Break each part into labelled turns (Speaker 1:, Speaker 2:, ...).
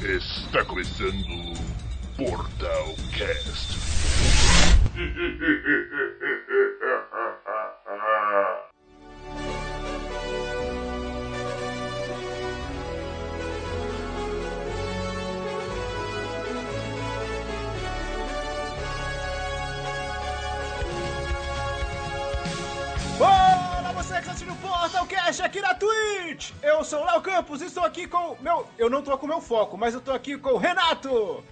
Speaker 1: Está começando o Portal Cast.
Speaker 2: Fala, você que assiste o Portal Cash aqui na Twitch! Eu sou o Léo Campos e estou aqui com o meu... Eu não tô com o meu foco, mas eu tô aqui com o Renato,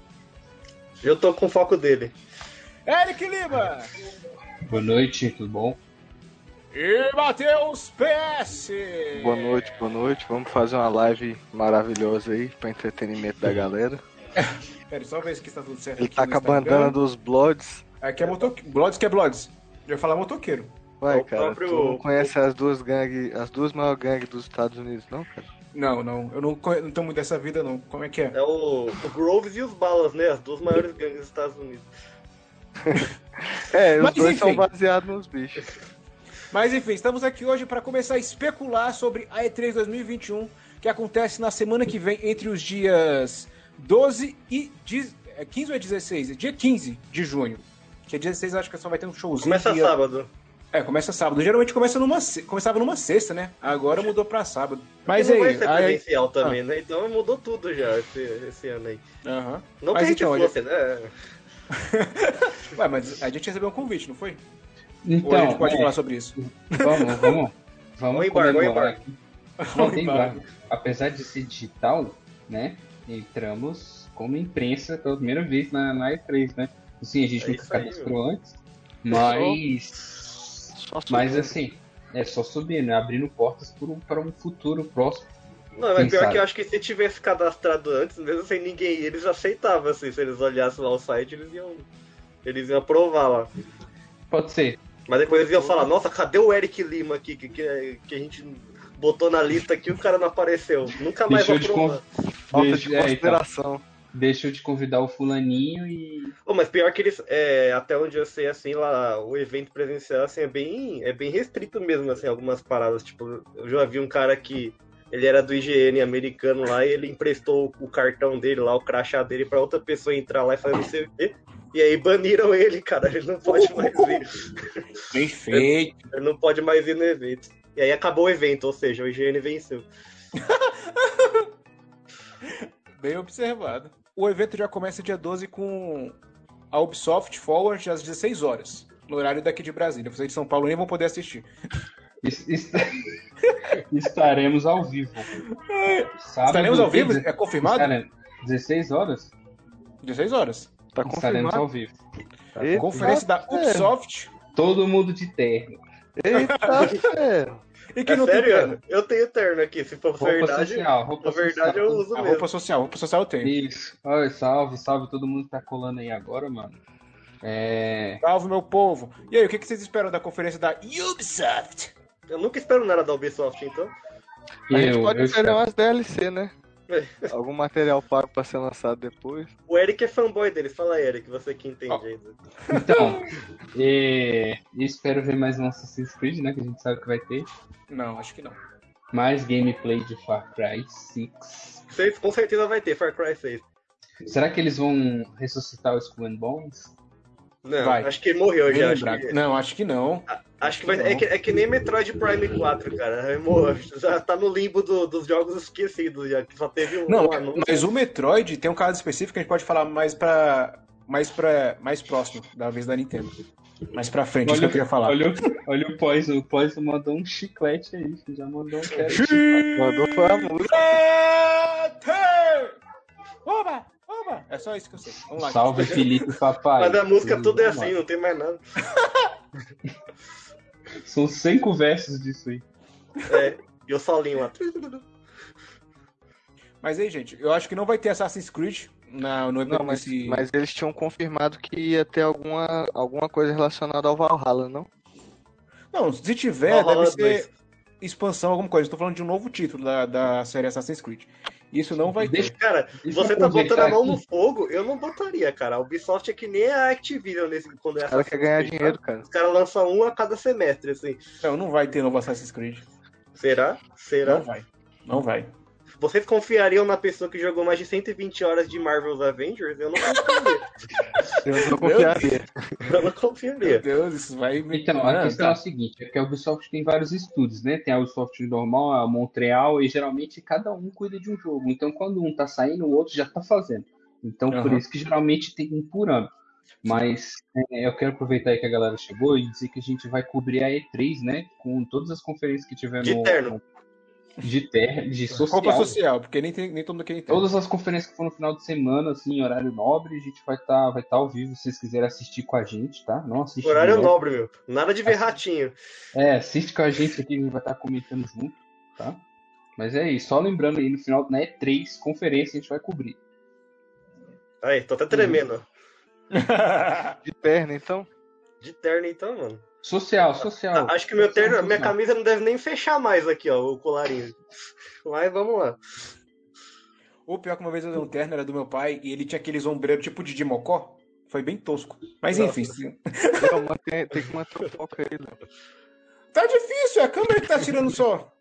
Speaker 3: Eu tô com o foco dele.
Speaker 2: Eric Lima
Speaker 4: Boa noite, tudo bom?
Speaker 2: e Matheus PS.
Speaker 5: Boa noite, boa noite. Vamos fazer uma live maravilhosa aí pra entretenimento da galera.
Speaker 2: Pera, só ver se está tudo certo
Speaker 5: Ele
Speaker 2: aqui
Speaker 5: tá
Speaker 2: no
Speaker 5: com a
Speaker 2: Instagram.
Speaker 5: bandana dos blogs.
Speaker 2: Aqui é motoqueiro. Blods que é Blods. Eu ia falar motoqueiro.
Speaker 5: Ué,
Speaker 3: O
Speaker 5: cara,
Speaker 3: próprio-
Speaker 5: tu não conhece as duas gangues, as duas maiores gangues dos Estados Unidos, não, cara?
Speaker 2: Não, não, eu não, conhe- não tô muito dessa vida não. Como é que é?
Speaker 3: É o, o Groves e os Balas, né? As duas maiores gangues dos Estados Unidos.
Speaker 5: É, os
Speaker 2: Mas
Speaker 5: dois são
Speaker 2: enfim.
Speaker 5: baseados nos bichos.
Speaker 2: Mas enfim, estamos aqui hoje para começar a especular sobre a E3 2021, que acontece na semana que vem, entre os dias 12 e diz- é 15 ou é 16? É dia 15 de junho. Que é 16 eu acho que só vai ter um showzinho.
Speaker 3: Começa
Speaker 2: Dia-
Speaker 3: sábado.
Speaker 2: É, começa sábado. Geralmente começa numa, se- começava numa sexta, né? Agora mudou pra sábado. Mas
Speaker 3: e não vai
Speaker 2: aí, Ah.
Speaker 3: ser
Speaker 2: aí...
Speaker 3: presencial também, né? Então mudou tudo já esse, esse ano aí.
Speaker 2: Aham.
Speaker 3: Não
Speaker 2: Mas
Speaker 3: que a gente
Speaker 2: então, olha-
Speaker 3: fosse, né?
Speaker 2: Ué, mas a gente recebeu um convite, não foi? Ou a
Speaker 4: Então,
Speaker 2: gente pode
Speaker 4: é,
Speaker 2: falar sobre isso?
Speaker 4: vamos, vamos,
Speaker 3: Um
Speaker 4: vamos
Speaker 3: embargo, um
Speaker 4: comemorar aqui. Não tem
Speaker 2: embargo.
Speaker 4: embargo. Apesar de ser digital, né, entramos como imprensa pela primeira vez na, na E3, né? Assim, a gente
Speaker 3: É
Speaker 4: nunca
Speaker 3: isso
Speaker 4: cadastrou antes, mas...
Speaker 5: Só subindo.
Speaker 4: Mas assim, é só subir, né? Abrindo portas para um, para um futuro próximo.
Speaker 3: Não, mas
Speaker 4: Quem
Speaker 3: pior
Speaker 4: sabe?
Speaker 3: que eu acho que se tivesse cadastrado antes, mesmo sem ninguém, ir, eles aceitavam, assim. Se eles olhassem lá o site, eles iam. Eles iam aprovar lá.
Speaker 4: Pode ser.
Speaker 3: Mas depois eles iam falar, nossa, cadê o Eric Lima aqui? Que, que, que a gente botou na lista aqui e o cara não apareceu. Nunca mais
Speaker 4: Deixou
Speaker 3: vai
Speaker 4: de
Speaker 3: aprovar.
Speaker 5: Falta
Speaker 4: Deixa-
Speaker 5: de
Speaker 4: é, então.
Speaker 5: consideração.
Speaker 4: Deixa eu te convidar o fulaninho e...
Speaker 3: Ô, mas pior que eles, é, até onde eu sei, assim, lá, o evento presencial, assim, é bem, é bem restrito mesmo, assim, algumas paradas. Tipo, eu já vi um cara que, ele era do IGN americano lá, e ele emprestou o cartão dele lá, o crachá dele, pra outra pessoa entrar lá e fazer não sei o quê. E aí baniram ele, cara, ele não pode mais ir,
Speaker 2: Bem feito.
Speaker 3: ele não pode mais ir no evento. E aí acabou o evento, ou seja, o IGN venceu.
Speaker 2: Bem observado. O evento já começa dia 12 com a Ubisoft Forward às 16 horas. No horário daqui de Brasília. Vocês de São Paulo nem vão poder assistir.
Speaker 4: es- est- Estaremos ao vivo. Sábado,
Speaker 2: Estaremos ao vivo?
Speaker 4: 15.
Speaker 2: É confirmado?
Speaker 4: Cara, 16 horas?
Speaker 2: 16 horas.
Speaker 5: Tá
Speaker 4: Estaremos
Speaker 5: confirmado.
Speaker 4: ao vivo. Tá,
Speaker 5: Eita,
Speaker 2: Conferência da
Speaker 5: fé.
Speaker 2: Ubisoft.
Speaker 4: Todo mundo de terno.
Speaker 5: Eita, fé.
Speaker 2: E que
Speaker 3: É
Speaker 2: não tem
Speaker 3: sério?
Speaker 2: terno.
Speaker 3: Eu tenho terno aqui, se for
Speaker 4: Roupa
Speaker 3: verdade,
Speaker 4: social, roupa
Speaker 3: na verdade eu
Speaker 4: social.
Speaker 3: uso
Speaker 2: A
Speaker 3: mesmo.
Speaker 2: roupa Ah, social. Roupa social eu tenho.
Speaker 4: Isso. Olha, salve, salve todo mundo que tá colando aí agora, mano. É.
Speaker 2: Salve, meu povo. E aí, o que que vocês esperam da conferência da Ubisoft?
Speaker 3: Eu nunca espero nada da Ubisoft, então.
Speaker 5: A gente
Speaker 4: eu,
Speaker 5: pode
Speaker 4: eu espero.
Speaker 5: esperar umas DLC, né? Algum material pago pra ser lançado depois.
Speaker 3: O Eric é fanboy deles. Fala, Eric, você que entende
Speaker 2: Ó.
Speaker 3: ainda.
Speaker 4: Então, é, eu espero ver mais um Assassin's Creed, né? Que a gente sabe que vai ter.
Speaker 2: Não, acho que não.
Speaker 4: Mais gameplay de Far Cry 6.
Speaker 3: Vocês com certeza vai ter Far Cry 6.
Speaker 4: Será que eles vão ressuscitar o Skull and Bones?
Speaker 3: Não,
Speaker 2: Vai.
Speaker 3: acho que ele morreu
Speaker 2: Bem
Speaker 3: já. Acho
Speaker 2: lembrado.
Speaker 3: que,
Speaker 2: Não, acho que não.
Speaker 3: acho que vai é que, é que nem Metroid Prime 4, cara. Ele morreu. Já tá no limbo do- dos jogos esquecidos já, que só teve um,
Speaker 2: Não, é,
Speaker 3: um anúncio.
Speaker 2: mas o Metroid tem um caso específico que a gente pode falar mais pra. mais pra. mais próximo da vez da Nintendo. Mais pra frente, isso que eu queria falar.
Speaker 4: Olha, o- olha o Poison. O Poison mandou um chiclete aí. Já mandou um
Speaker 5: Mandou foi a música.
Speaker 2: Chiclete! Oba! Oba! É só isso que eu sei. Vamos lá.
Speaker 4: Salve Felipe Papai.
Speaker 3: Mas a música
Speaker 4: Hum,
Speaker 3: tudo é
Speaker 4: vamos lá.
Speaker 3: assim, não tem mais nada.
Speaker 4: São cinco versos disso aí.
Speaker 3: É, e o solinho lá.
Speaker 2: Mas aí, gente, eu acho que não vai ter Assassin's Creed na, no evento
Speaker 5: Não, mas,
Speaker 2: desse-
Speaker 5: mas eles tinham confirmado que ia ter alguma, alguma coisa relacionada ao Valhalla, não?
Speaker 2: Não, se tiver,
Speaker 3: Valhalla
Speaker 2: deve ser
Speaker 3: 2.
Speaker 2: expansão, alguma coisa. Estou falando de um novo título da, da série Assassin's Creed. Isso não vai ter.
Speaker 4: Deixa-
Speaker 3: Cara,
Speaker 4: Deixa eu
Speaker 2: é
Speaker 3: você tá
Speaker 4: aproveitar
Speaker 3: botando a mão
Speaker 4: é um aqui.
Speaker 3: no fogo, eu não botaria, cara. A Ubisoft é que nem a Activision nesse, quando é
Speaker 5: O cara quer
Speaker 3: Assassin's
Speaker 5: ganhar
Speaker 3: Creed,
Speaker 5: dinheiro,
Speaker 3: tá?
Speaker 5: cara.
Speaker 3: Os caras lançam um a cada semestre, assim.
Speaker 2: Não, não vai ter novo Assassin's Creed.
Speaker 3: Será? Será?
Speaker 2: Não vai. Não vai.
Speaker 3: Vocês confiariam na pessoa que jogou mais de 120 horas de Marvel's Avengers? Eu não confiaria.
Speaker 5: Eu não confiaria.
Speaker 3: Eu não
Speaker 2: Meu
Speaker 3: confiaria.
Speaker 2: Deus, isso vai me.
Speaker 4: Então, a
Speaker 2: Mano,
Speaker 4: questão é a seguinte, é que a Ubisoft tem vários estúdios, né? Tem a Ubisoft normal, a Montreal, e geralmente cada um cuida de um jogo. Então, quando um tá saindo, o outro já tá fazendo. Então, por
Speaker 2: Aham.
Speaker 4: isso que geralmente tem um por ano. Mas é, eu quero aproveitar aí que a galera chegou e dizer que a gente vai cobrir a E3, né? Com todas as conferências que tiver
Speaker 3: De
Speaker 4: no...
Speaker 3: terno.
Speaker 4: De terno, de
Speaker 2: Roupa
Speaker 4: social. né?
Speaker 2: social, porque nem, tem, nem todo mundo aqui
Speaker 3: É.
Speaker 2: tem.
Speaker 4: Todas as conferências que for no final de semana, assim, em horário nobre, a gente vai estar vai tá ao vivo, se vocês quiserem assistir com a gente, tá? Não assiste.
Speaker 3: Horário
Speaker 4: direto.
Speaker 3: nobre, meu. Nada de ver ratinho.
Speaker 4: É, assiste com a gente aqui, a gente vai estar comentando junto, tá? Mas é isso, só lembrando aí, no final da E3, conferência, a gente vai cobrir.
Speaker 3: Aí, tô até tremendo. ó.
Speaker 5: De perna, então?
Speaker 3: De terno então, mano.
Speaker 4: Social, social.
Speaker 3: Ah, acho que meu terno,
Speaker 4: Social,
Speaker 3: minha
Speaker 4: social.
Speaker 3: camisa não deve nem fechar mais aqui, ó, o colarinho. Mas vamos lá.
Speaker 2: Ou pior que uma vez eu dei um terno, era do meu pai, e ele tinha aqueles ombreiros tipo de Dimocó. Foi bem tosco. Mas enfim. sim.
Speaker 5: Não, mantém- tem que manter o foco aí, Léo.
Speaker 2: Tá difícil, é a câmera que tá tirando só.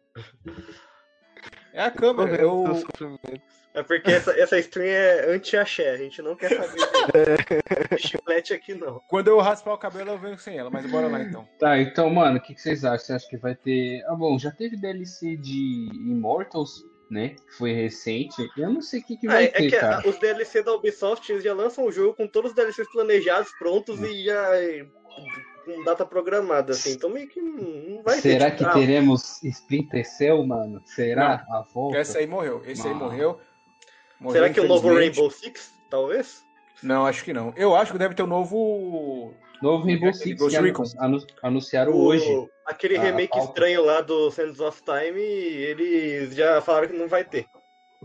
Speaker 2: É a
Speaker 5: Tô
Speaker 2: câmera.
Speaker 5: vendo
Speaker 2: Eu...
Speaker 3: tá
Speaker 5: teu sofrimento.
Speaker 3: É porque essa, essa stream é anti-axé, a gente não quer saber de chiclete aqui, não.
Speaker 2: Quando eu raspar o cabelo, eu venho sem ela, mas bora lá então.
Speaker 4: Tá, então, mano, o que, que vocês acham? Você acha que vai ter. Ah, bom, já teve DLC de Immortals, né? Foi recente. Eu não sei o que, que
Speaker 3: Ah,
Speaker 4: vai
Speaker 3: é,
Speaker 4: ter,
Speaker 3: é que
Speaker 4: cara.
Speaker 3: a- os DLC da Ubisoft eles já lançam o jogo com todos os DLCs planejados, prontos e já é, com data programada, assim. Então meio que não não vai ter,
Speaker 4: Será
Speaker 3: tipo,
Speaker 4: que
Speaker 3: ah,
Speaker 4: teremos Splinter Cell, mano? Será a volta?
Speaker 2: Esse aí morreu. Esse aí
Speaker 4: Não.
Speaker 2: morreu. Morreu,
Speaker 3: Será que é o novo
Speaker 2: infelizmente.
Speaker 3: Rainbow Six? Talvez?
Speaker 2: Não, acho que não. Eu acho que deve ter o novo.
Speaker 4: Novo
Speaker 3: é
Speaker 4: Rainbow Six
Speaker 2: Ghost
Speaker 4: que anu-
Speaker 2: Recon.
Speaker 4: anu- anunciaram
Speaker 3: O-
Speaker 4: hoje.
Speaker 3: Aquele
Speaker 4: Ah,
Speaker 3: remake
Speaker 4: falta.
Speaker 3: estranho lá do Sands of Time, eles já falaram que não vai ter.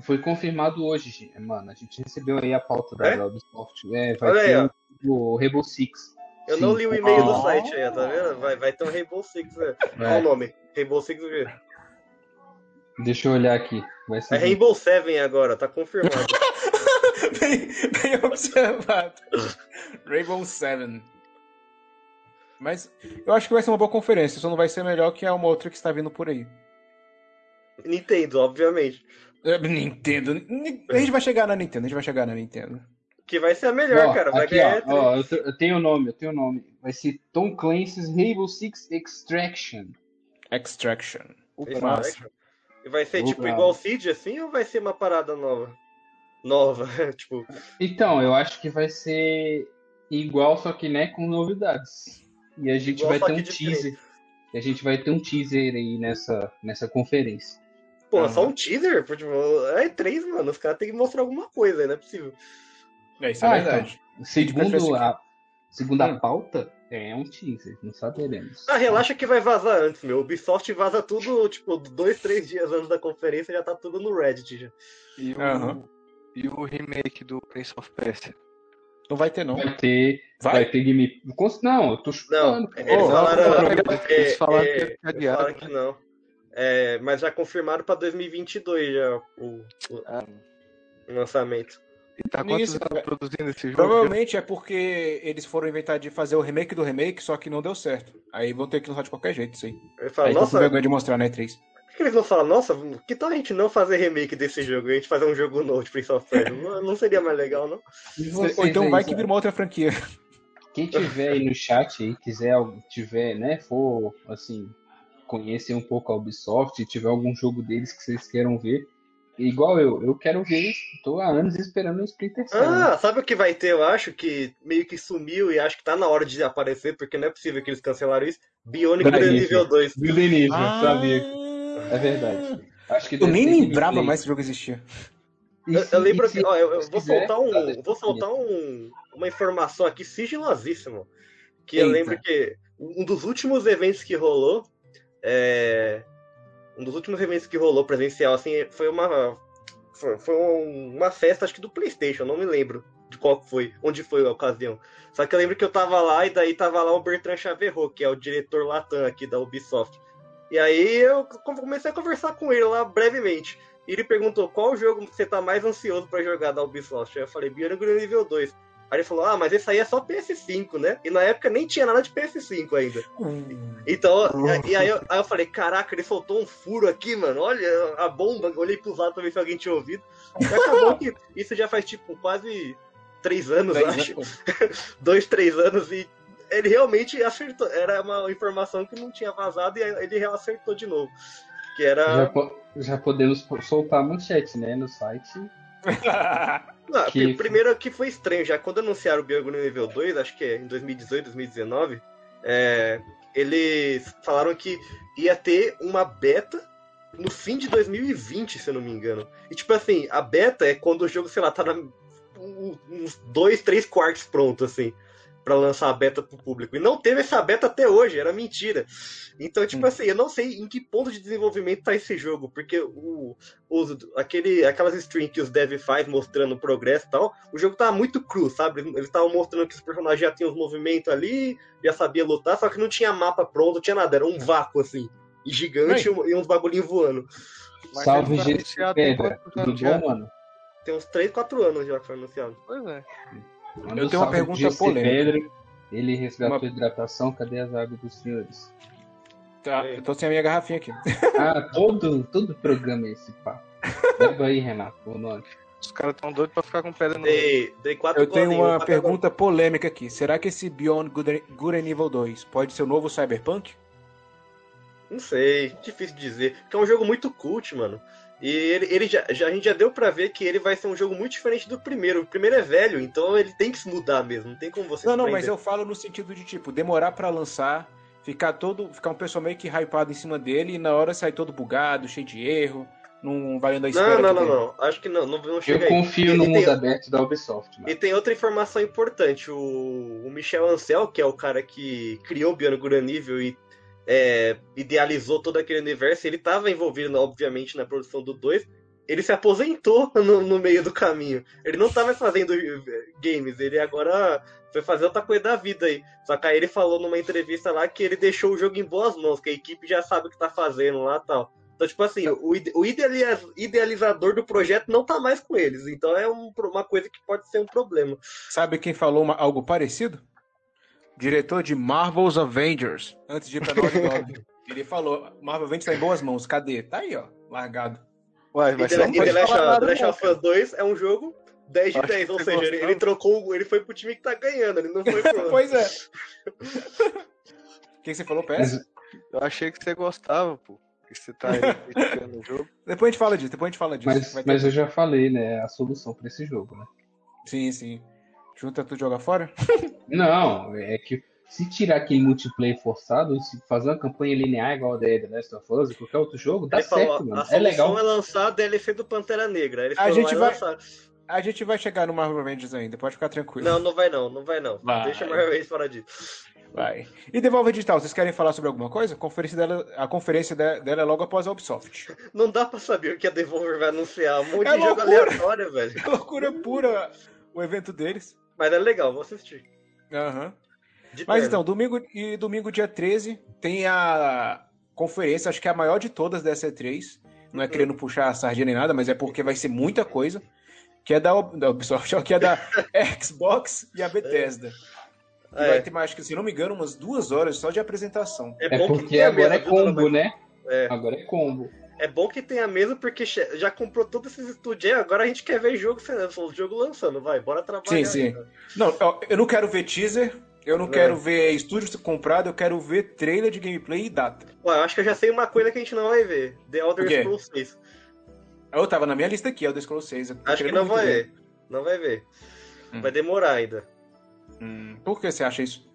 Speaker 4: Foi confirmado hoje, gente. mano. A gente recebeu aí a pauta da
Speaker 3: É?
Speaker 4: da Ubisoft. É, vai
Speaker 3: Olha aí,
Speaker 4: ter
Speaker 3: ó.
Speaker 4: o Rainbow Six.
Speaker 3: Eu
Speaker 4: Sim.
Speaker 3: não li o e-mail
Speaker 2: Ah.
Speaker 3: do site aí, tá vendo? Vai, vai ter um Rainbow Six. Né? Qual o
Speaker 4: É,
Speaker 3: nome? Rainbow Six o quê?
Speaker 4: deixa eu olhar aqui. Vai ser
Speaker 3: É Rainbow Seven agora, tá confirmado.
Speaker 2: bem, bem observado. Rainbow Seven. Mas eu acho que vai ser uma boa conferência, só não vai ser melhor que a uma outra que está vindo por aí.
Speaker 3: Nintendo, obviamente.
Speaker 2: É, Nintendo. Ni- A gente vai chegar na Nintendo, a gente vai chegar na Nintendo.
Speaker 3: Que vai ser a melhor,
Speaker 4: Ó,
Speaker 3: cara. Vai
Speaker 4: aqui,
Speaker 3: ganhar.
Speaker 4: ó, ó, eu, te- eu tenho o nome, eu tenho o nome. Vai ser Tom Clancy's Rainbow Six Extraction.
Speaker 2: Extraction.
Speaker 3: três
Speaker 2: massa.
Speaker 3: Extraction. E vai ser
Speaker 4: Vou
Speaker 3: tipo
Speaker 4: lá.
Speaker 3: igual o Cid assim ou vai ser uma parada nova? Nova, tipo.
Speaker 4: Então, eu acho que vai ser igual, só que né, com novidades. E a gente
Speaker 3: Igual,
Speaker 4: vai
Speaker 3: só
Speaker 4: ter
Speaker 3: que
Speaker 4: um
Speaker 3: diferente.
Speaker 4: teaser. E a gente vai ter um teaser aí nessa, nessa conferência.
Speaker 3: Pô,
Speaker 2: Aham.
Speaker 3: só um teaser? Pô, Tipo, é três, mano. Os caras têm que mostrar alguma coisa, não é possível.
Speaker 2: É isso,
Speaker 4: Ah,
Speaker 2: é verdade.
Speaker 4: Segundo a segunda
Speaker 2: Hum.
Speaker 4: pauta, é um teaser, não saberemos.
Speaker 3: Ah, relaxa que vai vazar antes, meu. Ubisoft vaza tudo, tipo, dois, três dias antes da conferência já tá tudo no Reddit. Já.
Speaker 5: E o,
Speaker 2: Aham.
Speaker 5: e o remake do Prince of Persia?
Speaker 2: Não vai ter, não.
Speaker 4: Vai ter, vai,
Speaker 2: Vai?
Speaker 4: ter game. Cons- Não, eu tô
Speaker 3: Não,
Speaker 4: chutando. cara.
Speaker 3: eles
Speaker 5: Ô,
Speaker 3: falaram.
Speaker 5: falaram-
Speaker 3: é,
Speaker 5: eles
Speaker 3: é,
Speaker 5: falaram que ia ficar né? adiado,
Speaker 3: falaram que não. É, mas já confirmaram pra 2022 já o, o
Speaker 5: Ah,
Speaker 3: lançamento.
Speaker 5: e tá
Speaker 2: Ninguém
Speaker 5: quantos
Speaker 2: se-
Speaker 5: anos produzindo esse jogo?
Speaker 2: Provavelmente é porque eles foram inventar de fazer o remake do remake, só que não deu certo. Aí vão ter que lançar de qualquer jeito, isso aí.
Speaker 3: Ele
Speaker 4: Ah,
Speaker 3: fala,
Speaker 2: aí tô com
Speaker 3: nossa,
Speaker 2: vergonha de mostrar, né, 3?
Speaker 3: por que eles não falam, nossa, que tal a gente não fazer remake desse jogo? A gente fazer um jogo novo de Prince of Persia? não, não seria mais legal, não?
Speaker 4: E vocês
Speaker 2: Ou então
Speaker 4: aí,
Speaker 2: vai
Speaker 4: Zé?
Speaker 2: que vira uma outra franquia.
Speaker 4: Quem tiver aí no chat aí, quiser, tiver, né, for assim, conhecer um pouco a Ubisoft, tiver algum jogo deles que vocês queiram ver, igual eu, eu quero ver, tô há anos esperando o Splinter Cell. né?
Speaker 3: Ah, sabe o que vai ter, eu acho, que meio que sumiu e acho que tá na hora de aparecer, porque não é possível que eles cancelaram isso. Bionic
Speaker 4: Vai,
Speaker 3: The
Speaker 4: gente.
Speaker 3: Nível 2.
Speaker 4: Viu, Denise?
Speaker 2: Ah.
Speaker 4: É verdade. Acho que
Speaker 2: Eu
Speaker 4: deve
Speaker 2: nem
Speaker 4: ter
Speaker 2: lembrava
Speaker 4: gameplay.
Speaker 2: mais que o jogo existia.
Speaker 4: E
Speaker 3: Eu,
Speaker 4: se-
Speaker 3: eu lembro
Speaker 4: e se-
Speaker 3: que, ó, eu, eu
Speaker 4: se
Speaker 3: vou
Speaker 4: quiser,
Speaker 3: soltar
Speaker 4: dá desse
Speaker 3: um, vou soltar
Speaker 4: jeito.
Speaker 3: um, uma informação aqui sigilosíssima, que eu
Speaker 2: Eita.
Speaker 3: lembro que um dos últimos eventos que rolou, é, um dos últimos eventos que rolou presencial, assim, foi uma, foi, foi um- uma festa, acho que do PlayStation, não me lembro de qual foi, onde foi a ocasião. Só que eu lembro que eu tava lá e daí tava lá o Bertrand Chaverrot, que é o diretor Latam aqui da Ubisoft. E aí eu comecei a conversar com ele lá brevemente. E ele perguntou qual jogo você tá mais ansioso pra jogar da Ubisoft. Aí eu falei, Bionic nível 2. Aí ele falou, ah, mas esse aí é só PS5, né? E na época nem tinha nada de PS5 ainda.
Speaker 2: Hum.
Speaker 3: Então, e aí eu, aí eu falei, caraca, ele soltou um furo aqui, mano. Olha a bomba. Olhei pros lados pra ver se alguém tinha ouvido. E acabou que isso já faz, tipo, quase três anos,
Speaker 2: Dez né,
Speaker 3: acho.
Speaker 2: anos.
Speaker 3: Dois, três anos e ele realmente acertou. Era uma informação que não tinha vazado e aí ele acertou de novo. Que
Speaker 4: Já,
Speaker 2: Ah.
Speaker 3: era...
Speaker 4: po- já podemos po- soltar a manchete, né? No site.
Speaker 3: Não,
Speaker 4: Que-
Speaker 3: pri- Primeiro que foi estranho, já quando anunciaram o Biogulho nível 2, acho que é em 2018, 2019, é, eles falaram que ia ter uma beta no fim de 2020, se eu não me engano. E tipo assim, a beta é quando o jogo, sei lá, tá na, um- uns dois, três quartos pronto, assim, pra lançar a beta pro público. E não teve essa beta até hoje, era mentira. Então, tipo assim, eu não sei em que ponto de desenvolvimento tá esse jogo, porque o, os, aquele, aquelas streams que os devs faz mostrando o progresso e tal, o jogo tava muito cru, sabe? Eles estavam mostrando que os personagens já tinham os movimentos ali, já sabia lutar, só que não tinha mapa pronto, não tinha nada, era um vácuo assim, gigante e, um- e uns bagulhinhos voando.
Speaker 5: Mas
Speaker 4: Salve,
Speaker 5: ele foi
Speaker 4: gente de
Speaker 5: anunciado tem
Speaker 4: pedra.
Speaker 5: quantos
Speaker 4: Tudo
Speaker 5: anos já?
Speaker 4: bom, mano?
Speaker 3: Tem uns 3, 4 anos já que foi anunciado.
Speaker 5: Pois é.
Speaker 4: Manda
Speaker 2: Eu tenho
Speaker 4: um
Speaker 2: uma
Speaker 4: salve,
Speaker 2: pergunta
Speaker 4: GC
Speaker 2: polêmica.
Speaker 4: Pedra. Ele resgatou
Speaker 2: Uma-
Speaker 4: a hidratação, cadê as águas dos senhores?
Speaker 2: Tá, eu tô sem a minha garrafinha aqui.
Speaker 4: Ah, todo, todo programa é esse papo. Leva aí, Renato, o nome.
Speaker 5: Os caras tão doidos pra ficar com pedra no.
Speaker 3: Dei, dei 4
Speaker 2: Hum. Eu tenho uma pergunta polêmica aqui. Será que esse Beyond Good, Good and Evil 2 pode ser o novo Cyberpunk?
Speaker 3: Não sei, difícil dizer. Porque é um jogo muito cult, mano. E ele, ele já, já- a gente já deu pra ver que ele vai ser um jogo muito diferente do primeiro. O primeiro é velho, então ele tem que se mudar mesmo. Não tem como você
Speaker 2: Não,
Speaker 3: se
Speaker 2: não,
Speaker 3: prender.
Speaker 2: mas eu falo no sentido de, tipo, demorar pra lançar, ficar todo. ficar um pessoal meio que hypado em cima dele e na hora sai todo bugado, cheio de erro, não valendo a espera.
Speaker 3: Não, não,
Speaker 2: que
Speaker 3: não,
Speaker 2: tem.
Speaker 3: não. Acho que não, não, não chega
Speaker 4: Eu
Speaker 3: aí.
Speaker 4: confio
Speaker 3: E
Speaker 4: no
Speaker 3: tem-
Speaker 4: mundo aberto da Ubisoft, mano.
Speaker 3: E tem outra informação importante. O, o Michel Ancel, que é o cara que criou o Biano Nível e é, idealizou todo aquele universo, ele estava envolvido, obviamente, na produção do 2. Ele se aposentou no, no meio do caminho. Ele não estava fazendo eh, games, ele agora foi fazer outra coisa da vida aí. Só que aí ele falou numa entrevista lá que ele deixou o jogo em boas mãos, que a equipe já sabe o que tá fazendo lá e tal. Então, tipo assim, o, ide- o idealiza- idealizador do projeto não tá mais com eles. Então é um pro- uma coisa que pode ser um problema.
Speaker 2: Sabe quem falou uma- algo parecido? Diretor de Marvel's Avengers, antes de ir pra Naughty Dog. Ele falou, Marvel Avengers tá em boas mãos, cadê? Tá aí, ó, largado.
Speaker 5: Uai,
Speaker 3: E
Speaker 5: mas
Speaker 3: The
Speaker 5: você não
Speaker 3: e The
Speaker 5: pode
Speaker 3: Last
Speaker 5: falar
Speaker 3: of- The
Speaker 5: nada,
Speaker 3: Last
Speaker 5: não,
Speaker 3: of Us 2 é um jogo 10 de
Speaker 5: Acho que
Speaker 3: 10, ou
Speaker 5: você
Speaker 3: seja, ele,
Speaker 5: gostou.
Speaker 3: ele trocou, ele foi pro time que tá ganhando, ele não foi pro.
Speaker 2: Pois é. O que que você falou, Pérez?
Speaker 4: Mas
Speaker 5: Eu achei que você gostava, pô. Que você tá aí criticando o jogo.
Speaker 2: Depois a gente fala disso, depois a gente fala disso.
Speaker 4: mas,
Speaker 2: Vai ter-
Speaker 4: mas eu já falei, né? A solução pra esse jogo, né?
Speaker 2: Sim, sim. Junta tudo e joga fora?
Speaker 4: Não, é que se tirar aquele multiplayer forçado, se fazer uma campanha linear igual a The Last of Us e qualquer outro jogo, dá
Speaker 3: Ele
Speaker 4: certo,
Speaker 3: falou, a
Speaker 4: mano.
Speaker 3: solução
Speaker 4: É legal.
Speaker 3: é lançar a DLC do Pantera Negra. Ele
Speaker 2: A
Speaker 3: falou,
Speaker 2: gente
Speaker 3: "Ah, é
Speaker 2: vai-
Speaker 3: lançar."
Speaker 2: A gente vai chegar no Marvel Avengers ainda, pode ficar tranquilo.
Speaker 3: Não, não vai não, não vai não.
Speaker 2: Vai.
Speaker 3: Deixa mais vez fora disso.
Speaker 2: Vai. E Devolve Digital, vocês querem falar sobre alguma coisa? A conferência dela, a conferência de- dela é logo após a Ubisoft.
Speaker 3: Não dá pra saber o que a Devolver vai anunciar. Um monte
Speaker 2: É
Speaker 3: de jogo
Speaker 2: loucura.
Speaker 3: aleatório, velho.
Speaker 2: É loucura pura o evento deles.
Speaker 3: Mas é legal, vou assistir.
Speaker 2: Aham.
Speaker 3: De
Speaker 2: Mas
Speaker 3: terno.
Speaker 2: então, domingo e domingo, dia 13, tem a conferência, acho que é a maior de todas dessa E3. Não
Speaker 3: Uhum.
Speaker 2: é querendo puxar a sardinha nem nada, mas é porque vai ser muita coisa. Que é da, Ob- da Ubisoft, ó, que é da Xbox e a Bethesda. E
Speaker 3: É.
Speaker 2: vai ter mais, acho que, se não me engano, umas duas horas só de apresentação.
Speaker 3: É
Speaker 4: É
Speaker 3: bom que
Speaker 4: porque
Speaker 3: tem a mesa,
Speaker 4: agora é
Speaker 3: viu, dona
Speaker 4: combo, né?
Speaker 3: É.
Speaker 4: Agora é combo.
Speaker 3: Ma- é bom que tem a mesa porque che- já comprou todos esses estúdios. aí, Agora a gente quer ver jogo, sendo- o jogo lançando. Vai, bora trabalhar.
Speaker 2: Sim,
Speaker 3: né?"
Speaker 2: sim. Não, eu- eu não quero ver teaser, eu não
Speaker 3: É.
Speaker 2: quero ver estúdio comprado, eu quero ver trailer de gameplay e data.
Speaker 3: Ué, eu acho que eu já sei uma coisa que a gente não vai ver. The
Speaker 2: O
Speaker 3: Elder
Speaker 2: quê?
Speaker 3: Scrolls 6.
Speaker 2: Eu tava na minha lista aqui, é o The Scrolls 6. eu tô
Speaker 3: Acho que
Speaker 2: querendo
Speaker 3: não
Speaker 2: muito
Speaker 3: vai
Speaker 2: ver.
Speaker 3: ver. Não vai ver.
Speaker 2: né? Hum.
Speaker 3: Vai demorar ainda.
Speaker 2: Hum, por que você acha isso?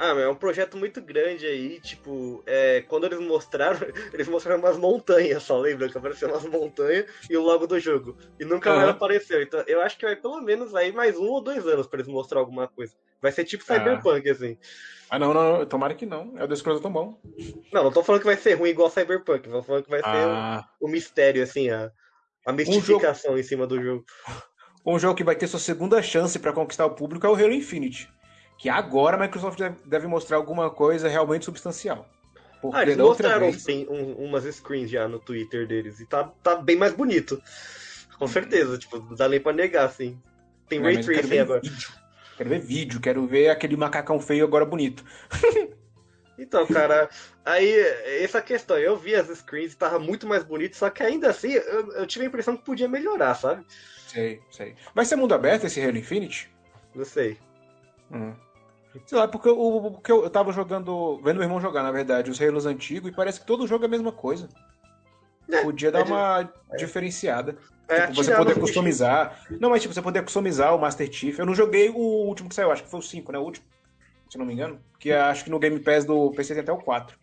Speaker 3: Ah, meu, é um projeto muito grande aí, tipo, é, quando eles mostraram, eles mostraram umas montanhas, só lembra que apareceu umas montanhas e o logo do jogo. E nunca mais
Speaker 2: Aham.
Speaker 3: apareceu. Então eu acho que vai pelo menos aí mais um ou dois anos pra eles mostrar alguma coisa. Vai ser tipo
Speaker 2: Ah.
Speaker 3: Cyberpunk, assim.
Speaker 2: Ah, não, não, tomara que não. É o The Scrolls é tão bom.
Speaker 3: Não, não tô falando que vai ser ruim igual Cyberpunk, tô falando que vai ser
Speaker 2: Ah.
Speaker 3: o o mistério, assim, a, a mistificação em cima do jogo.
Speaker 2: Um jogo que vai ter sua segunda chance pra conquistar o público é o Halo Infinite. Que agora a Microsoft deve- deve mostrar alguma coisa realmente substancial. Porque
Speaker 3: Ah, eles
Speaker 2: da outra
Speaker 3: mostraram
Speaker 2: vez.
Speaker 3: sim, um- umas screens já no Twitter deles e tá, tá bem mais bonito. Com certeza, tipo, não dá nem pra negar, assim. Tem
Speaker 2: Uhum. Não, né,
Speaker 3: Ray
Speaker 2: mas eu quero
Speaker 3: Tracing
Speaker 2: ver
Speaker 3: agora.
Speaker 2: vídeo. Quero ver vídeo, quero ver aquele macacão feio agora bonito.
Speaker 3: Então, cara, aí, essa questão, eu vi as screens, tava muito mais bonito, só que ainda assim, eu, eu tive a impressão que podia melhorar, sabe?
Speaker 2: Sei, sei. Vai ser mundo aberto esse Halo Infinite?
Speaker 3: Não sei.
Speaker 2: Hum. Sei lá, porque, eu, porque eu, eu tava jogando, vendo meu irmão jogar, na verdade, os Halos antigos, e parece que todo jogo é a mesma coisa.
Speaker 3: É,
Speaker 2: Podia dar
Speaker 3: é de-
Speaker 2: uma diferenciada.
Speaker 3: É,
Speaker 2: Tipo, você
Speaker 3: atirar
Speaker 2: poder
Speaker 3: no bicho.
Speaker 2: customizar. Não, mas tipo, você poder customizar o Master Chief. Eu não joguei o último que saiu, acho que foi o 5, né? O último, se eu não me engano. Que é, acho que no Game Pass do PC tem até o 4.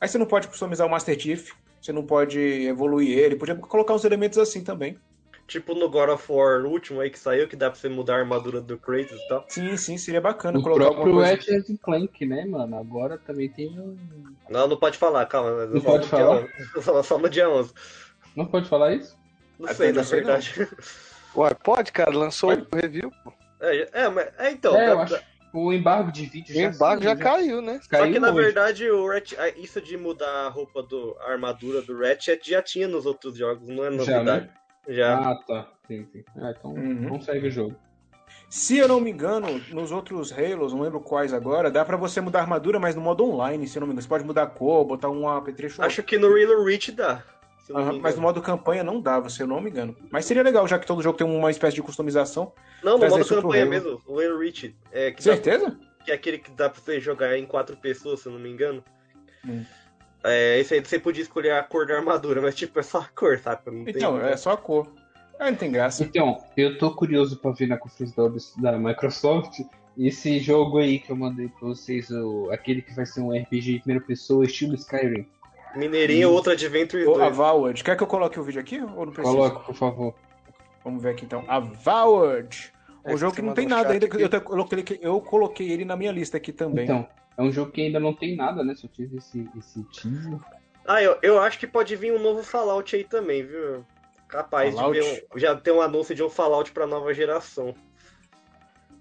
Speaker 2: Aí você não pode customizar o Master Chief, você não pode evoluir ele. Podia colocar uns elementos assim também.
Speaker 3: Tipo no God of War o último aí que saiu, que dá pra você mudar a armadura do Kratos e tal.
Speaker 2: Sim, sim, seria bacana
Speaker 4: O
Speaker 2: colocar alguma
Speaker 4: próprio
Speaker 2: coisa.
Speaker 4: Ratchet and Clank, né, mano? Agora também tem um...
Speaker 3: Não, não pode falar, calma. mas
Speaker 4: Não
Speaker 3: só
Speaker 4: pode
Speaker 3: no
Speaker 4: falar?
Speaker 3: dia 11. Só, só no dia 11.
Speaker 4: Não pode falar isso?
Speaker 3: Não
Speaker 2: Até
Speaker 3: sei,
Speaker 2: onde
Speaker 3: na
Speaker 2: eu sei, não.
Speaker 3: verdade.
Speaker 5: Ué, é, pode, cara, lançou
Speaker 2: Pode.
Speaker 5: o review. pô.
Speaker 3: É, é, mas, é então.
Speaker 4: é, eu
Speaker 3: da-
Speaker 4: acho.
Speaker 3: da-
Speaker 4: O embargo de vídeo
Speaker 5: O
Speaker 4: já
Speaker 5: embargo já
Speaker 4: saiu,
Speaker 5: caiu, né?
Speaker 3: Só que na
Speaker 4: hoje.
Speaker 3: verdade o Ratchet, ah, isso de mudar a roupa do a armadura do Ratchet já tinha nos outros jogos, não é
Speaker 4: Já,
Speaker 3: novidade.
Speaker 4: né?
Speaker 3: Já.
Speaker 4: Ah, tá. Sim, sim. Ah, então
Speaker 2: Uhum.
Speaker 4: não segue o jogo.
Speaker 2: Se eu não me engano, nos outros Halos, não lembro quais agora, dá pra você mudar a armadura, mas no modo online, se eu não me engano. Você pode mudar a cor, botar um apetrecho.
Speaker 3: Acho que no Real Reach dá. se
Speaker 5: Então,
Speaker 3: não me
Speaker 2: Aham, mas no
Speaker 3: engano.
Speaker 2: modo campanha não dava, se eu não me engano. Mas seria legal, já que todo jogo tem uma espécie de customização.
Speaker 3: não, no
Speaker 2: traz
Speaker 3: modo
Speaker 2: isso pro
Speaker 3: campanha
Speaker 2: Halo.
Speaker 3: mesmo, o Real Reach. É, que dá-
Speaker 2: Certeza?
Speaker 3: que é aquele que dá pra você jogar em quatro pessoas, se eu não me engano.
Speaker 2: Hum.
Speaker 3: É, esse aí você podia escolher a cor da armadura, mas tipo, é só a cor, sabe? Não tem-
Speaker 2: Então, é só a cor. Ah, não tem graça.
Speaker 4: Então, eu tô curioso pra ver na conferência da, Ubis- da Microsoft esse jogo aí que eu mandei pra vocês, o, aquele que vai ser um RPG em primeira pessoa, estilo Skyrim.
Speaker 3: Mineirinho, outra Adventure
Speaker 2: Ô,
Speaker 3: 2.
Speaker 2: é. a Valward, quer que eu coloque o vídeo aqui ou não precisa?
Speaker 4: Coloca, por favor.
Speaker 2: Vamos ver aqui então. A Valward. Um
Speaker 5: É,
Speaker 2: jogo
Speaker 5: você
Speaker 2: que não
Speaker 5: mandou
Speaker 2: tem
Speaker 5: um
Speaker 2: nada
Speaker 5: chat
Speaker 2: ainda.
Speaker 5: aqui.
Speaker 2: Eu, te- coloquei, ele- eu coloquei ele na minha lista aqui também.
Speaker 4: Então, é um jogo que ainda não tem nada, né? Só tive esse, esse teaser.
Speaker 3: Ah, eu, eu acho que pode vir um novo Fallout aí também, viu? Capaz
Speaker 2: Fallout?
Speaker 3: de ver um, já ter um anúncio de um Fallout pra nova geração.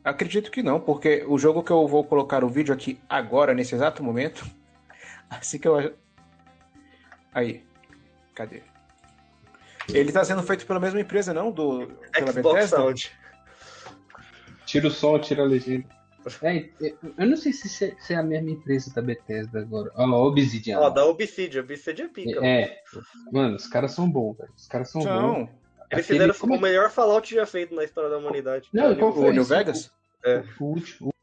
Speaker 2: Acredito que não, porque o jogo que eu vou colocar o vídeo aqui agora, nesse exato momento. Assim que eu. a- Aí. Cadê? Ele tá sendo feito pela mesma empresa, não? Do, pela
Speaker 3: Xbox
Speaker 2: Bethesda?
Speaker 3: Sound.
Speaker 4: Tira o som, tira a legenda. É, eu- eu não sei se, se- se é a mesma empresa da Bethesda agora. Ó, a Obsidian.
Speaker 3: Ó, da Obsidian. Obsidian pica. mano.
Speaker 4: É, mano, os caras são bons, velho. Os caras são bons.
Speaker 2: Não.
Speaker 3: Eles
Speaker 4: Aquele-
Speaker 3: fizeram
Speaker 4: como é-
Speaker 3: o melhor Fallout já feito na história da humanidade.
Speaker 4: Não, qual
Speaker 2: O
Speaker 4: foi?
Speaker 2: New
Speaker 4: isso?
Speaker 2: Vegas?
Speaker 4: O último,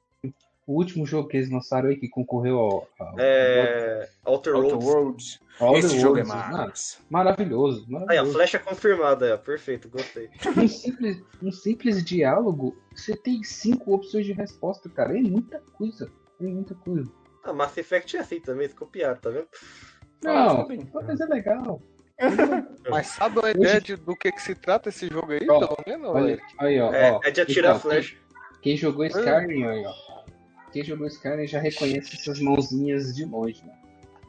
Speaker 4: o último jogo que eles lançaram aí que concorreu ao. ao
Speaker 3: É, Outer
Speaker 2: Outer
Speaker 3: Worlds.
Speaker 2: Worlds.
Speaker 4: ao Outer
Speaker 2: Esse jogo é
Speaker 4: Worlds, mano,
Speaker 2: massa.
Speaker 4: maravilhoso,
Speaker 3: Aí, a
Speaker 4: maravilhoso.
Speaker 3: flecha confirmada, é, perfeito, gostei.
Speaker 4: um, simples, um simples diálogo, você tem cinco opções de resposta, cara. É muita coisa. É muita coisa.
Speaker 3: Ah, Mass Effect é assim também, se copiaram, tá vendo?
Speaker 2: Ah, tá
Speaker 4: Não,
Speaker 2: bem.
Speaker 4: mas é legal.
Speaker 3: É.
Speaker 5: Mas sabe a ideia de- do que, que se trata esse jogo aí,
Speaker 4: Ó,
Speaker 5: pelo menos?
Speaker 4: Olha,
Speaker 5: velho?
Speaker 4: aí, ó.
Speaker 3: É,
Speaker 4: ó.
Speaker 3: é de atirar
Speaker 4: Então,
Speaker 3: flecha.
Speaker 4: Quem, quem
Speaker 2: Ah.
Speaker 4: jogou Skyrim, aí, ó. Quem jogou Skyrim já reconhece essas mãozinhas de longe, né?